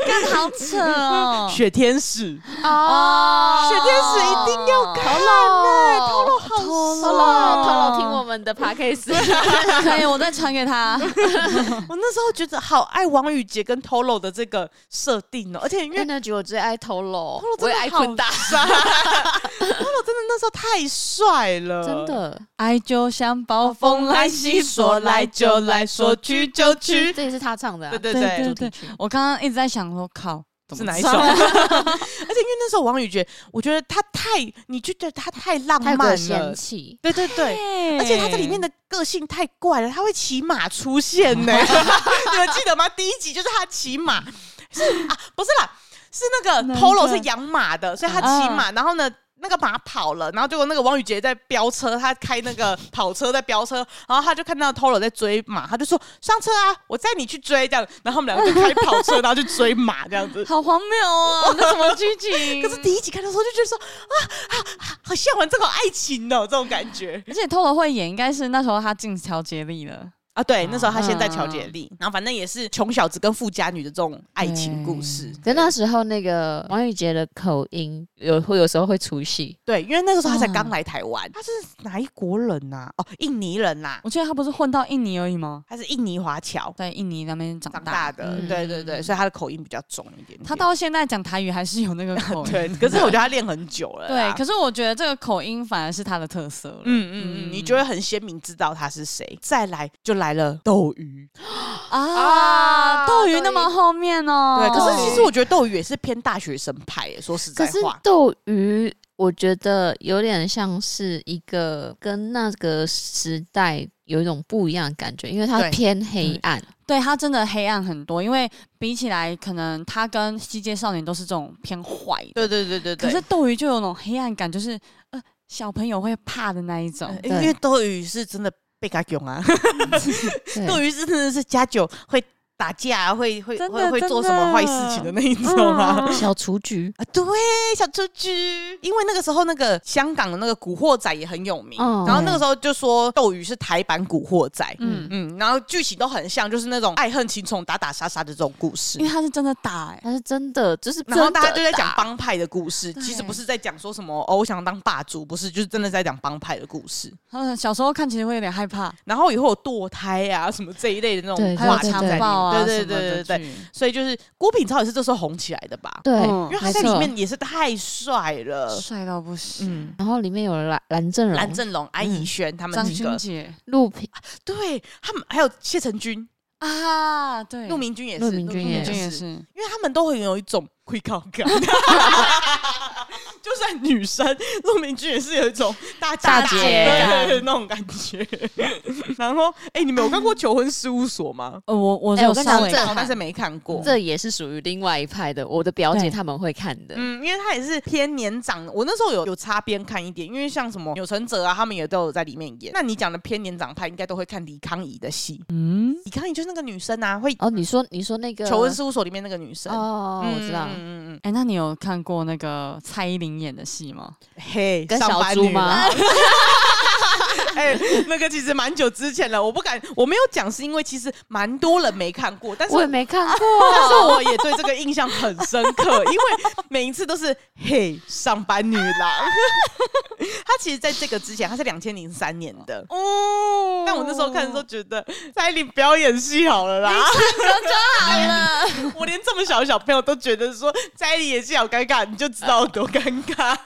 A: 干 *laughs* 好扯哦 *laughs*
C: 雪天使，
A: 哦
C: 雪天使一定要看呢、
B: 哦
C: 透露好
A: 透
B: 透露
A: 哦
B: 透露听我们的
C: *laughs*
B: podcast，
A: 可以，我再传给他。
C: 我那时候觉得好爱王宇杰跟 Tolo 的这个设定哦，而且因为 Tolo
B: 那局我最爱透露
C: 透露，
B: 我
C: 真的
B: 也爱
C: 好
B: 昆达，
C: 真的那时候太帅了，
B: 真。的，
A: 爱就像暴风来袭，说来就来，说去就去。
B: 这也是他唱的啊
C: 对，对
A: 对
C: 对，
B: 主
A: 对
B: 题曲
A: 我刚刚一直在想说，靠，怎
C: 是
A: 么
C: 哪一首？
A: 唱
C: *laughs* 而且因为那时候王宇杰，我觉得他太，你就觉得他太浪
B: 泰
C: 漫
B: 国仙
C: 了，
B: 气，
C: 对对对。
A: 对
C: 而且他这里面的个性太怪了，他会骑马出现 *laughs* 呢、你们记得吗？第一集就是他骑马，是啊，不是啦，是那个啊
A: 哪一个
C: Polo 是养马的，所以他骑马，然后呢？那个马跑了，然后结果那个王宇杰在飙车，他开那 *laughs* 个跑车在飙车，然后他就看到 Polo 在追马，他就说上车啊，我载你去追这样，然后我们两个就开跑 *laughs* 车，然后去追马这样子。
A: 好荒谬 *laughs* 哦，那什么剧情？
C: 可是第一集看的时候就觉得说啊啊啊，好向往这种爱情哦，这种感觉。
A: 而且透了慧眼，应该是那时候他进乔杰利了。
C: 啊，对，那时候他先在乔杰利，然后反正也是穷小子跟富家女的这种爱情故事。
A: 嗯
B: 可是那时候那个王宇杰的口音有会有时候会出戏，
C: 对，因为那个时候他才刚来台湾，啊他是哪一国人呐、哦，印尼人呐、
A: 我记得他不是混到印尼而已吗？
C: 他是印尼华侨
A: 在印尼那边长
C: 长
A: 大
C: 大的，
B: 嗯
C: 对对对，所以他的口音比较重一点点
A: 他到现在讲台语还是有那个 *laughs* 口音。
C: 对，可是我觉得他练很久了
A: 对，
C: 啦。
A: 可是我觉得这个口音反而是他的特色了。
C: 嗯嗯嗯，你就会很鲜明知道他是谁。再来就来了斗鱼，
A: 啊，
C: 啊
A: 斗鱼
B: 斗
A: 那么
B: 鱼
A: 后面哦。
C: 对，可是其实
B: 斗鱼
C: 我觉得斗鱼也是偏大学生派耶，说实
B: 可
C: 在
B: 是
C: 话，
B: 斗鱼，我觉得有点像是一个跟那个时代有一种不一样的感觉，因为它
C: 对
B: 偏黑暗。
A: 对他真的黑暗很多，因为比起来，可能他跟《西街少年》都是这种偏坏的。
C: 对对对对
A: 可
C: 对。
A: 是斗鱼就有那种黑暗感，就是呃小朋友会怕的那一种。
C: 因为斗鱼是真的被他用啊， *laughs* 斗
B: 对，
C: 鱼真的是加酒会打架，啊会会
A: 真的
C: 会会
A: 真的
C: 做什么坏事情的那一种啊。
B: 小雏菊，
C: 啊， *laughs* 对，小雏菊，因为那个时候那个香港的那个《古惑仔》也很有名，
B: 嗯
C: 然后那个时候就说斗鱼是台版《古惑仔》，
A: 嗯，
C: 嗯，然后剧情都很像，就是那种爱恨情仇、打打杀杀的这种故事
A: 因为。他是真的打哎、
B: 它是真的，就是
C: 然后
B: 真的
C: 大家就在讲
B: 打，
C: 帮派的故事，
A: 对
C: 其实不是在讲说什么哦，我想当霸主，不是，就是真的在讲帮派的故事。
A: 然后呃小时候看其实会有点害怕，
C: 然后以后有堕胎啊什么这一类的那
B: 对
C: 种
A: 还有
C: 话题
A: 强
C: 在里面，
A: 暴啊，
C: 对对
A: 什么
C: 对
A: 的
C: 对对，
A: 剧
C: 所以就是郭品超也是这时候红起来的吧？
B: 对，
A: 嗯
C: 因为他在
B: 没错
C: 里面也是太帅了，
A: 帅到不行。
C: 嗯，
B: 然后里面有蓝蓝正龙、
C: 蓝正龙、安以轩他们
A: 张
C: 几
A: 勋
C: 个，
A: 杰
B: 陆平，
C: 对他们还有谢承君、
A: 啊，对，
C: 陆明君也是，
B: 陆明君
A: 陆明
B: 也
A: 君也
C: 是，
A: 是，
C: 因为他们都很有一种愧靠感。就算女生，陆明君也是有一种大
B: 大姐
C: 对对对那种感觉。然后，哎、你们有看过《求婚事务所》吗？哦
A: 呃，我我
B: 哎
A: 有
B: 我跟你
A: 稍
B: 讲
A: 微
B: 这震
A: 看
B: 撼
C: 但是没看过。
B: 这也是属于另外一派的。我的表姐
A: 对
B: 他们会看的，
C: 嗯，因为他也是偏年长，我那时候有有擦边看一点，因为像什么钮承泽啊，他们也都有在里面演。那你讲的偏年长派，应该都会看李康怡的戏。
A: 嗯，
C: 李康怡就是那个女生啊，会
B: 哦，你说你说那个
C: 求婚事务所里面那个女生。
B: 哦，我知道，
C: 嗯嗯
A: 哎、那你有看过那个蔡依林演的戏吗？
C: 嗯，嘿，
B: 跟
C: 上
B: 小
C: 班
B: 猪
C: 女
B: 吗 *laughs*
C: 郎？？ *laughs* 哎，那个其实蛮久之前了，我不敢，我没有讲，是因为其实蛮多人没看过，但是
B: 我
C: *laughs*
B: 也没看过，
C: 但是我也对这个印象很深刻，因 *laughs* 为每一次都是嘿上班女郎。 *laughs* 她其实在这个之前，她是两千零三年的。
A: 哦
C: 但我那时候看的时候，觉得蔡依林不要演戏好了啦，
A: 好了。
C: *laughs* 我连这么小的小朋友都觉得说蔡依林演戏好尴尬，你就知道有多尴尬。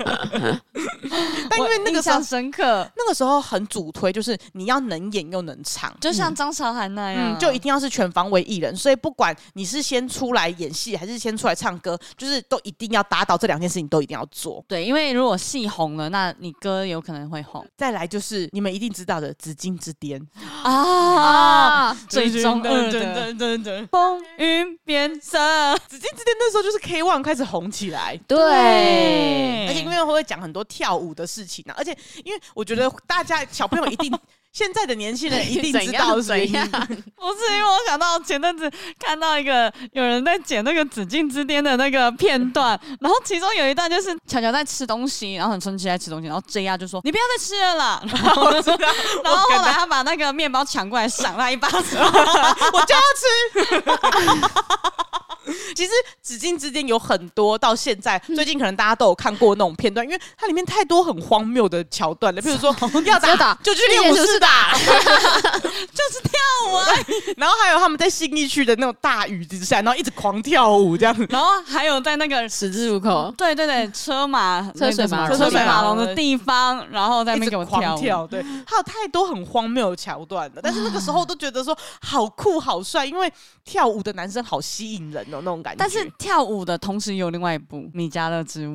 C: 但因为那个
A: 印
C: 时候
A: 象深刻，
C: 那个时候很主推，就是你要能演又能唱，
B: 啊
A: 就像张韶涵那样，
C: 嗯嗯，就一定要是全方位艺人，所以不管你是先出来演戏还是先出来唱歌，就是都一定要打倒这两件事情，都一定要做。
A: 对，因为如果戏红了，那你歌有可能会红
C: 再来就是你们一定知道的《紫禁之巅》，
A: 啊。
B: *laughs* 啊，
A: 最中二的
C: 噔噔噔，《
A: 风云变色，
C: 紫禁之巅》那时候就是 K ONE 开始红起来。
B: 对，
C: 而且因为会讲很多跳舞的事情啊，而且因为我觉得大家小朋友
B: *laughs*
C: 一定现在的年轻人一定知道是
B: 怎样？
A: 不是因为我想到前阵子看到一个有人在剪那个《紫禁之巅》的那个片段，然后其中有一段就是巧巧在吃东西，然后很生气在吃东西，然后 J R 就说：“你不要再吃了
C: *laughs*
A: 啦！”然后
C: 我知道，
A: 然后
C: 我
A: 后
C: 跟
A: 来
C: 他
A: 他把那个面包抢过来赏他一
C: *laughs*
A: 巴掌，
C: 我就要吃。 *laughs* 其实《紫禁之巅》有很多，到现在
A: 嗯
C: 最近可能大家都有看过那种片段，因为它里面太多很荒谬的桥
A: *laughs*
C: 段了。比如说要打
B: 要打
C: 就去练武室打， *laughs*
A: 就是跳舞啊。
C: 然后还有他们在新义区的那种大雨之下，然后一直狂跳舞这样子。
A: 然后还有在那个
B: 十字路口，
A: 对对对 *laughs* 车马
B: 车水马
A: 那个什么
B: 龙
A: 车水马龙
C: 车水马龙
A: 的地方，然后在那
C: 一
A: 边
C: 直
A: 给我
C: 狂
A: 跳舞。
C: 跳，对，还有太多很荒谬的桥段了。但是那个时候都觉得说好酷好帅，因为跳舞的男生好吸引人哦，那种感觉。
A: 但是跳舞的同时有另外一部《米迦勒之舞》，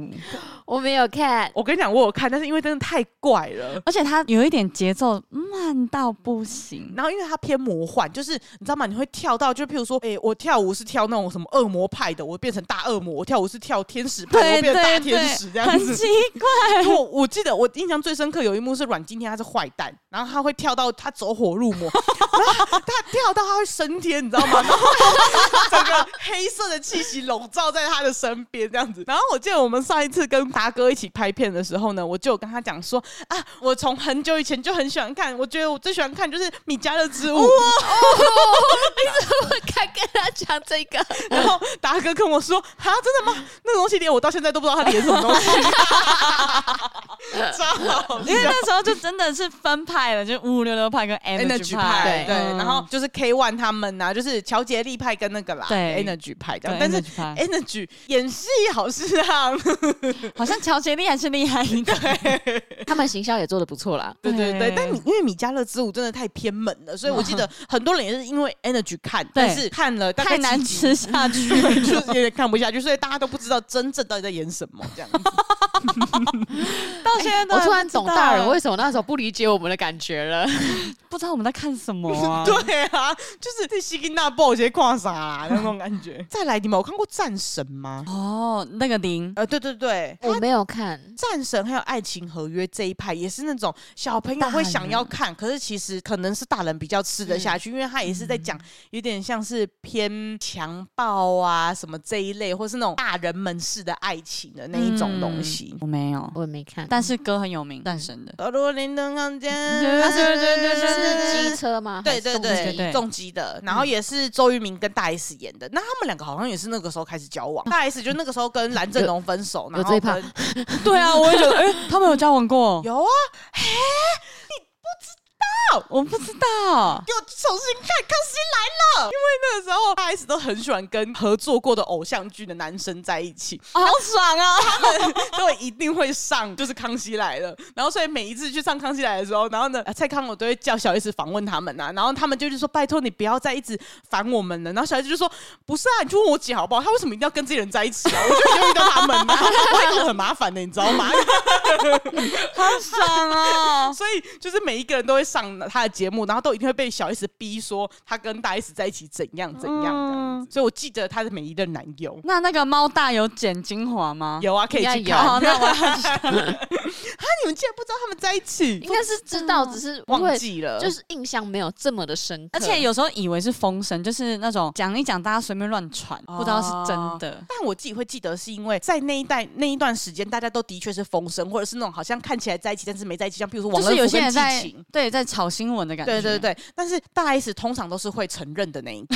B: 我没有看，
C: 我跟你讲，我有看，但是因为真的太怪了，
A: 而且它有一点节奏慢到不行。
C: 然后因为它偏魔幻，就是你知道吗？你会跳到，就譬如说，诶，我跳舞是跳那种什么恶魔派的，我变成大恶魔；我跳舞是跳天使派，我
A: 对
C: 变成大
A: 对
C: 天
A: 对
C: 使这，样
A: 很
C: 子。
A: 奇怪。
C: *laughs*
A: *laughs*
C: 我我记得我印象最深刻有一幕是阮经天他是坏蛋，然后他会跳到他走火入魔，然后他跳到他会升天，你知道吗？然后 *laughs* 整个黑色的气息笼罩在他的身边这样子。然后我记得我们上一次跟达哥一起拍片的时候呢，我就有跟他讲说啊，我从很久以前就很喜欢看，我觉得我最喜欢看就是《米迦勒之舞》
B: 我该跟他讲这个，
C: 然后达哥跟我说：“啊，真的吗？那个东西连我到现在都不知道他连什么东西。” *laughs* 超好笑
A: 因为那时候就真的是分派了，就五五六六派跟
C: Energy
A: Energy
C: 派
A: 派，
C: 对，
A: 嗯
C: 然后就是 K One 他们呐、就是乔杰利派跟那个啦，
A: 对
C: Energy 派这样
A: 对，，
C: 但是
A: Energy 派
C: Energy 演戏好是啊，
A: 好像乔杰利还是厉害一 *laughs* 点。
B: *laughs* 他们行销也做的不错啦。
C: *laughs* 对对对
A: 对，
C: 但你因为米迦勒之舞真的太偏门了，所以我记 *laughs* 得很多人也是因为 Energy 看，但是看了大概
A: 太难
C: 几集
A: 吃下去
C: 就
A: 了， *laughs*
C: 是有点看不下去，所以大家都不知道真正到底在演什么这样子。
A: 到现在都
B: 哎我
A: 还
B: 突然
A: 不知
B: 懂
A: 道
B: 大人为什么那时候不理解我们的感觉了。
A: 不知道我们在看什么 *laughs* 啊？
C: 对啊，就是这西金那暴些跨啥啦那种感觉。 *laughs* 再来，你们有看过《战神》吗？
A: 哦，那个零
C: 呃，对对对，
B: 我没有看，
C: 战神还有爱情合约这一派也是那种小朋友会想要看，可是其实可能是大人比较吃得下去，因为他也是在讲有点像是偏强暴啊什么这一类，或是那种大人们式的爱情的那一种东西
A: 嗯。我没有，
B: 我也没看，
A: 但是歌很有名，战神的。
C: 俄罗林登康间，
A: 对对对对对
B: 是机车吗？
C: 对
A: 还
C: 对
A: 是
C: 对
A: 重击对
C: 重击的，然后也是周渝民跟大 S 演的，那他们两个好像也是那个时候开始交往，大 S 就那个时候跟蓝正龙分手，
B: 有
C: 然
B: 这
C: 后
B: 一哦趴
C: 跟
A: *laughs* 对啊，我也觉得，哎、他们有交往 *laughs* 过？
C: 有啊，
A: 我不知道。
C: 给我重新看《康熙来了》，因为那个时候大 S 都很喜欢跟合作过的偶像剧的男生在一起， *laughs*
A: 好爽啊！
C: 都一定会上，就是《康熙来了》。然后所以每一次去上《康熙来了》的时候，然后呢，蔡康永都会叫小 S 访问他们啊，然后他们就是说：“拜托你不要再一直烦我们了。”然后小 S 就说：“不是啊，你去问我姐好不好？她为什么一定要跟这些人在一起啊？我就得遇到他们啊， *laughs* 我会觉得很麻烦的、你知道吗？”
A: *laughs* 好爽啊！
C: 所以就是每一个人都会上他的节目，然后都一定会被小 S 逼说他跟大 S 在一起怎样怎样这
A: 嗯
C: 样子。所以我记得他的每一任男友。
A: *laughs* 那那个猫大有剪精华吗？
C: 有啊，可以去
B: 应该有
C: 看。
A: *laughs* 哦，那我
C: 你们竟然不知道他们在一起
B: 应，该是知道，只是因
C: 忘
B: 为
C: 记了。
B: 就是印象没有这么的深刻，
A: 而且有时候以为是风声，就是那种讲一讲，大家随便乱传，不知道是真的。
C: 但我自己会记得，是因为在那一代那一段时间，大家都的确是风声，或者是那种好像看起来在一起，但是没在一起，像比如说王
A: 就
C: 乐
A: 是
C: 福
A: 有些
C: 跟
A: 人
C: 激
A: 在
C: 情。
A: 对在炒新闻的感觉，
C: 对对对，但是大 S 通常都是会承认的那
A: *laughs*
C: 一个，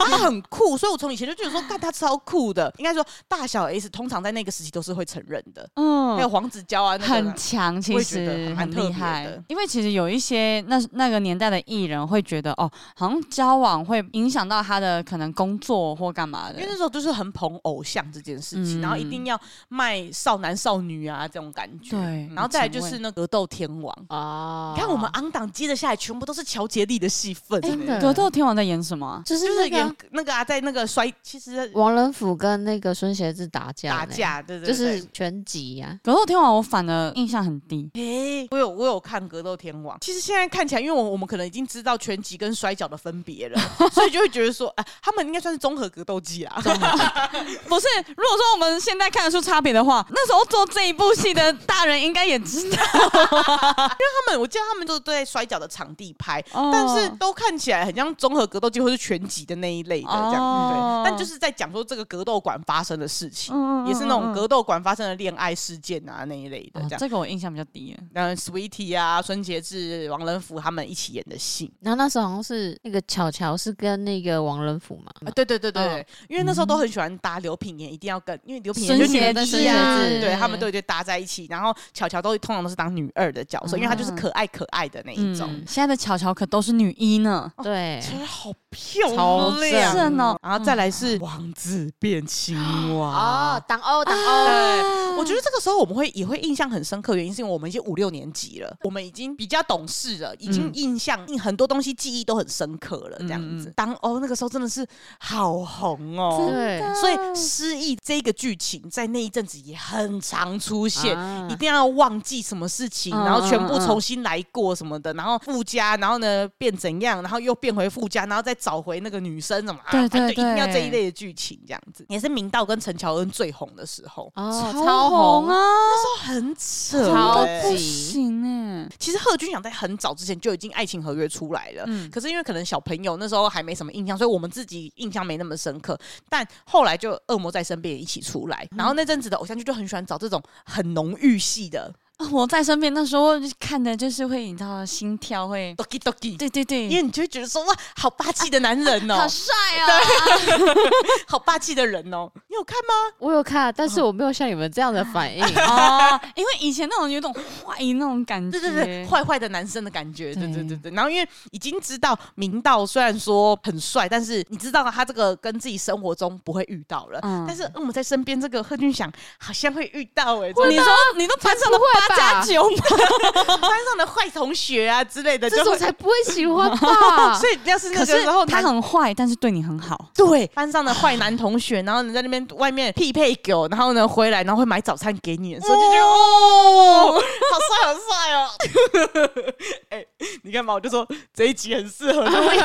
C: 他很酷，所以我从以前就觉得说，干他超酷的。应该说，大小 S 通常在那个时期都是会承认的，
A: 嗯，
C: 还有黄子佼啊，那个
A: 很强，其
C: 我也觉得
A: 实
C: 还蛮
A: 很
C: 特
A: 厉
C: 别
A: 害
C: 的。
A: 因为其实有一些那那个年代的艺人会觉得，哦，好像交往会影响到他的可能工作或干嘛的
C: 因为。那时候就是很捧偶像这件事
B: 嗯
C: 情，然后一定要卖少男少女啊这种感觉。
A: 对，
C: 然后再来就
A: 前
C: 是
A: 卫
C: 那格斗天王，
B: 啊
C: 你看我们昂档接的下来，全部都是乔杰利的戏份，
B: 真的
A: 格斗天王在演什么啊？
B: 就是
C: 就是
B: 那个
C: 演
B: 啊
C: 那个啊，在那个摔，其实
B: 王仁甫跟那个孙协志打架呢，
C: 打架，对对，
B: 欸就是啊拳击呀。
A: 格斗天王我反而印象很低。
C: 诶，我有我有看《格斗天王》，其实现在看起来，因为我我们可能已经知道拳击跟摔跤的分别
B: *laughs*
C: 了，所以就会觉得说，哎、他们应该算是综合格斗技啦。 *laughs*
A: 不是，如果说我们现在看得出差别的话，那时候做这一部戏的大人应该也知道。
C: 他们我记得他们都对摔跤的场地拍，
A: 哦
C: 但是都看起来很像综合格斗技或是拳击的那一类的这样。
A: 哦
C: 对，但就是在讲说这个格斗馆发生的事情，
A: 嗯嗯嗯
C: 也是那
A: 嗯
C: 种格斗馆发生的恋爱事件啊那一类的
A: 哦
C: 这样。
A: 这个我印象比较低了。
C: 嗯，Sweetie 啊，孙杰志、王仁甫他们一起演的戏，
B: 然后那时候好像是那个巧巧是跟那个王仁甫嘛，
C: 啊，对对对对，对
B: 嗯
C: 因为那时候都很喜欢搭刘品言，一定要跟，因为刘品言
A: 哦孙
C: 就女
A: 协
B: 志
C: 一啊，
B: 孙协志
C: 对他们都有就搭在一起。然后巧巧都通常都是当女二的角色，因为她就是可爱可爱的那一种，
A: 嗯，现在的巧巧可都是女一呢，
B: 嗯对，
C: 哎真的好漂
B: 超正
C: 亮
A: 是
C: 哦。
A: 呢。嗯
C: 然后再来是王子变青蛙
B: 哦，，党欧党欧，
C: 对，我觉得这个时候我们会也会印象很深刻，原因是因为我们已经五六年级了，我们已经比较懂事了，已经
A: 嗯
C: 印象、很多东西记忆都很深刻了。这样子，
A: 嗯嗯
C: 当哦那个时候真的是好红哦，
A: 真
B: 对
A: 的
C: 所以失忆这个剧情在那一阵子也很常出现。
B: 啊
C: 一定要忘记什么事情，
A: 嗯
C: 然后全部重新来过什么的，然后附加，然后呢变怎样，然后又变回附加，然后再找回那个女生，怎么啊？
A: 对对
C: 反正就一定要
A: 对
C: 这一类的剧情，这样子也是明道跟陈乔恩最红的时候，
B: 哦，
A: 超红
B: 啊，
A: 啊，
C: 都很扯
B: 超
C: 欸
A: 不
B: 级
A: 行哎。
C: 其实贺军翔在很早之前就已经《爱情合约》出来了，
A: 嗯
C: 可是因为可能小朋友那时候还没什么印象，所以我们自己印象没那么深刻。但后来就《恶魔在身边》也一起出来，
A: 嗯
C: 然后那阵子的偶像剧就很喜欢找这种很浓郁系的
A: 啊我在身边那时候看的就是会，你知道心跳会，
C: doki doki，
A: 对对对，
C: 因为你就会觉得说哇，好霸气的男人哦、
A: 好帅哦。
C: 好霸气的人哦、你有看吗？
B: 我有看，但
C: 嗯
B: 是我没有像你们这样的反
C: *laughs*
B: 应。
A: 哦，因为以前那种有种坏那种感觉，
C: 对对对，坏坏的男生的感觉，对对
A: 对
C: 对对。然后因为已经知道明道虽然说很帅，但是你知道他这个跟自己生活中不会遇到了，
A: 嗯
C: 但是我们在身边这个贺军翔好像会遇到哎、欸，
A: 你说你都班上的八加九吗？
C: 班上的坏同学啊之类的，
B: 这
C: 就
B: 种
C: 会。
B: 才不会喜
C: *laughs*
B: 欢吧
C: 所？以要是那
A: 可
C: 个
A: 是
C: 时候
A: 他
C: 男
A: 很坏，但是对你很好。
C: 对班上的坏男同学，然后你在那边外面匹配狗，然后呢回来，然后会买早餐给你的时候，就觉得哦，好帅好帅哦！ *laughs* 哎，你干嘛？我就说这一集很适合录音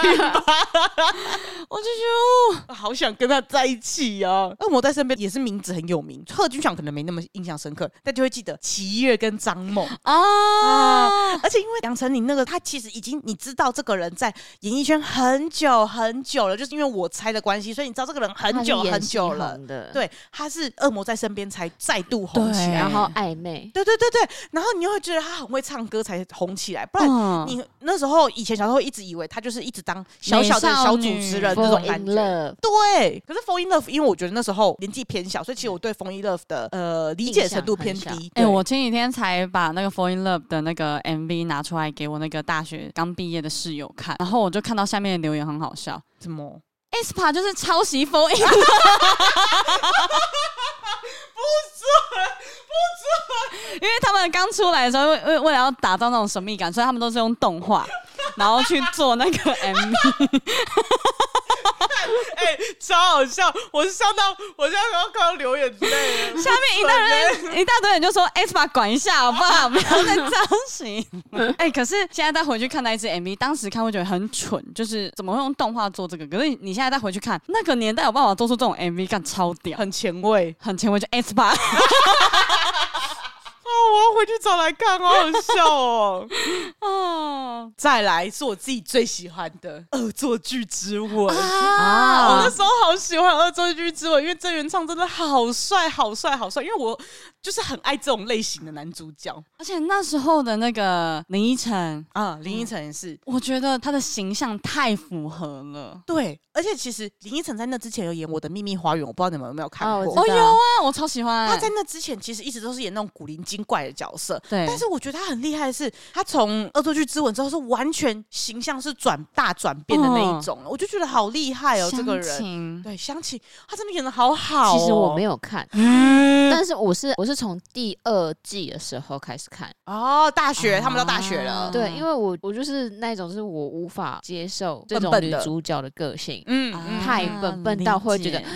C: *laughs*
A: 我就觉
C: 啊好想跟他在一起啊！恶魔在身边也是名字很有名，贺军翔可能没那么印象深刻，但就会记得齐月跟张 *laughs* 梦。
A: 得啊，
C: 而且因为杨丞琳那个，他其实已经你知道这个人在演艺圈很久很久了，就是因为我猜的关系，所以你知道这个人很久很久了。
B: 的，，
C: 对，他是恶魔在身边才再度红起
A: 对
C: 来
B: 然。后暧昧，
C: 对对对对，然后你又会觉得他很会唱歌才红起来，不然
A: 嗯
C: 你那时候以前小时候一直以为他就是一直当小小的
A: 美少
C: 小主
A: 女
C: 持人呃这
B: fall
C: 种
B: in
C: 感觉。
B: love，
C: 对，可是《风音 Love》，因为我觉得那时候年纪偏小，所以其实我对《风音 Love》的呃理解程度偏
B: 印象很
C: 低。
A: 哎、
C: 对
A: 我前几天才把那个《Fall in Love》的那个 MV 拿出来给我那个大学刚毕业的室友看，然后我就看到下面的留言很好笑
C: 怎么？
A: ，aespa 就是抄袭《Fall in Love》，因为他们刚出来的时候，为为为了要打造那种神秘感，所以他们都是用动画， *laughs* 然后去做那个 MV。
C: 哎、超好笑！我是笑到我现在刚刚看到留言之类的，
A: 下面一大堆一大堆人就说 S 把管一下好不好？不要再抄袭。哎、可是现在再回去看那一支 MV，当时看会觉得很蠢，就是怎么会用动画做这个？可是你现在再回去看，那个年代有办法做出这种 MV，干超屌，
C: 很前卫
A: 很前卫，就 S 吧。
C: *laughs* 哦！我要回去找来看，好好笑哦！ *laughs*
A: 哦
C: 再来是我自己最喜欢的《恶作剧之吻》我
A: 啊
C: 那！时候好喜欢《恶作剧之吻》，因为郑元畅真的好帅，好帅，好帅！因为我就是很爱这种类型的男主角
A: 而且那时候的那个林依晨，
C: 啊，林依晨也是。
A: 我觉得她的形象太符合了。
C: 对，而且其实林依晨在那之前有演《我的秘密花园》，我不知道你们有没有看
B: 哦我
C: 过。
B: 知道
A: 哦，有啊，我超喜欢。
C: 她在那之前其实一直都是演那种古灵精怪的角角色。
A: 对，
C: 但是我觉得他很厉害的是，他从《恶作剧之吻》之后是完全形象是转大转变的那一种了，我就觉得好厉害哦，这个
A: 乡
C: 人。
A: 情
C: 对，嗯相亲他真的演的好好、哦。
B: 其实我没有看，
A: 嗯，
B: 但是我是我是从第二季的时候开始看，
C: 哦，大学、他们到大学
A: 嗯
C: 了，
B: 对，因为我我就是那种是我无法接受这种
C: 笨笨
B: 女
C: 的
B: 主角的个性，
C: 嗯
A: 啊
B: 太笨笨到会觉得
A: 理解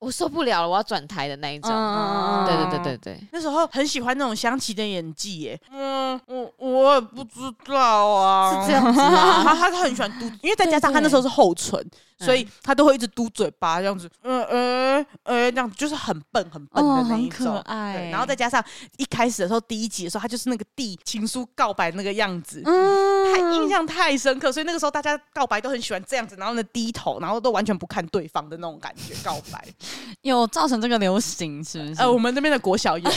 B: 我受不了了，我要转台的那一种。
A: 嗯
B: 对对对对对，
C: 那时候很喜欢那种香琪的演技耶。嗯，我我也不知道啊，
B: 是这样子
A: 哦
B: 吗？
C: 啊，他他他很喜欢嘟，因为再加上
A: 对
C: 他
A: 对
C: 那时候是厚唇，
B: 嗯
C: 所以他都会一直嘟嘴巴这样子，嗯呃呃这样子，就是很笨很笨
A: 哦，
C: 的那
A: 很
C: 一
A: 可
C: 种。
A: 爱，
C: 对，然后再加上一开始的时候，第一集的时候，他就是那个递情书告白那个样子，
A: 嗯
C: 太印象太深刻，所以那个时候大家告白都很喜欢这样子，然后呢低头，然后都完全不看对方的那种感觉告 *laughs* 白。
A: 有造成这个流行，是不是？
C: 呃，我们这边的国小有，
B: *laughs*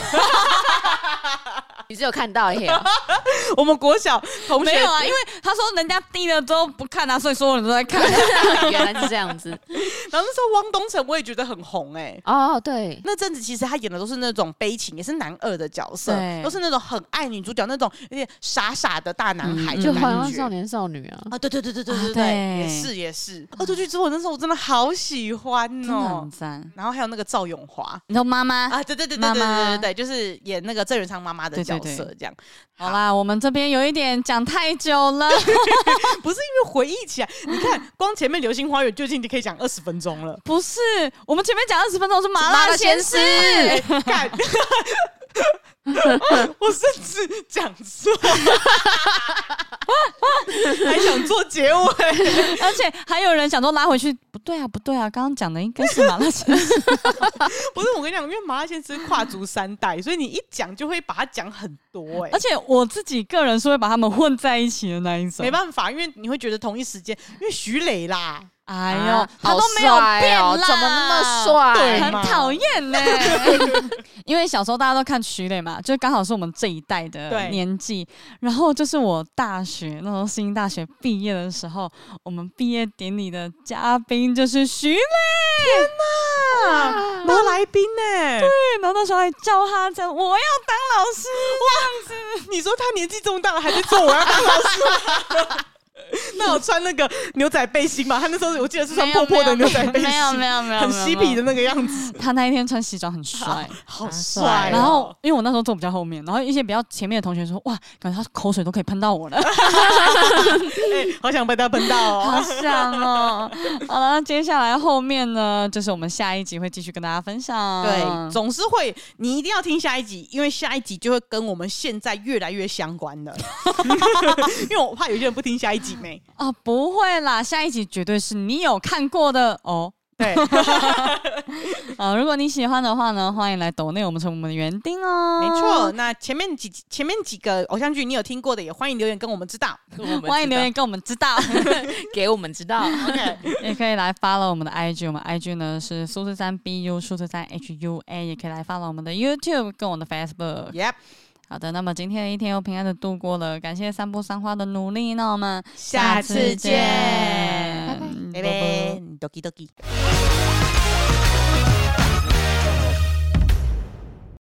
B: 你只有看
A: *laughs*
B: 到一条，
C: 我们国小同学
A: 没有啊，因为他说人家低了之后不看啊，所以所有人都在看。
B: 原来是这样子。
C: 然后那时候汪东城我也觉得很红哎、
B: 哦，对，
C: 那阵子其实他演的都是那种悲情，也是男二的角色
A: 对，
C: 都是那种很爱女主角那种有点傻傻的大男孩
A: 嗯
C: 的
B: 就
C: 感觉。
B: 好像少年少女啊。
C: 啊，对对对对对
A: 啊
C: 对
A: 对
C: 也是也是。恶作剧之吻那时候我真的好喜欢
A: 真的
C: 哦
A: 很。赞。
C: 然后还有那个赵永华
A: 你说妈妈，
C: 啊，对对对对
A: 妈
C: 对
A: 妈
C: 对对对，就是演那个郑元畅妈妈的
A: 对
C: 角
A: 对对
C: 色这样。
A: 好啦，我们这边有一点讲太久了，
C: 不是因为回忆起来，你看光前面《流星花园》就已经可以讲二十分钟了。
A: 不是？我们前面讲二十分钟是麻
B: 麻
A: 辣
B: 辣鲜
A: 鲜师，
C: 哎
A: *laughs*
C: 看，我甚至讲错， *laughs* 还想做结尾。
A: 而且还有人想说拉回去，不对啊，不对啊，刚刚讲的应该是麻辣鲜 *laughs* 师。
C: 不是我跟你讲，因为麻辣鲜师跨足三代，所以你一讲就会把它讲很多、哎
A: 而，且我自己个人是会把他们混在一起的那一种。
C: 没办法，因为你会觉得同一时间，因为徐磊啦，
A: 哎呦，啊
B: 啊
A: 他
B: 好
A: 都没有
B: 帅
A: 变啦，
B: 哦怎么那么帅
A: 对，很
C: 嘛
A: 讨厌 *laughs* 呢。因为小时候大家都看徐磊嘛，就刚好是我们这一代的
C: 对
A: 年纪。然后就是我大学那时候，新大学毕业的时候，我们毕业典礼的嘉宾就是徐磊，嗯
C: 啊，都来宾呢、
A: 然后那时候还叫他讲我要当老师这样子。
C: 你说他年纪这么大了，还在做我要当老师吗？ *laughs* 那我穿那个牛仔背心吧，他那时候我记得是穿破破的牛仔背心，
A: 没有没有没有，
C: 很
A: 没有
C: 嬉皮的。那个样子，
A: 他那一天穿西装很帅，
C: 好
B: 帅
C: 帅哦、
A: 嗯然后因为我那时候坐比较后面，然后一些比较前面的同学说，哇，感觉他口水都可以喷到我了。
C: 哎、好想被他喷到 *laughs* 哦。
A: 好想哦！好了，接下来后面呢，就是我们下一集会继续跟大家分享。
C: 哎对，总是会，你一定要听下一集，因为下一集就会跟我们现在越来越相关 *laughs* 的。因为我怕有些人不听下一集没。
A: 哦，不会啦，下一集绝对是你有看过的哦。
C: *laughs* 对，
A: 啊，如果你喜欢的话呢，欢迎来抖内我们成为我们的园丁哦。
C: 没错。，那前面几前面几个偶像剧你有听过的，也欢迎留言跟我们知道。
B: *laughs*
A: 欢迎留言跟我们知道，
B: 给我们知道。
A: *laughs* 也可以来发了我们的 IG，我们 IG 呢是数字三 BU 数字三 HUA，也可以来发了我们的 YouTube 跟我们的 Facebook。
C: Yep，
A: 好的，那么今天的一天又平安的度过了，感谢三步三花的努力，那我们
C: 下次见，
A: 拜嗯
C: 拜拜，doki doki。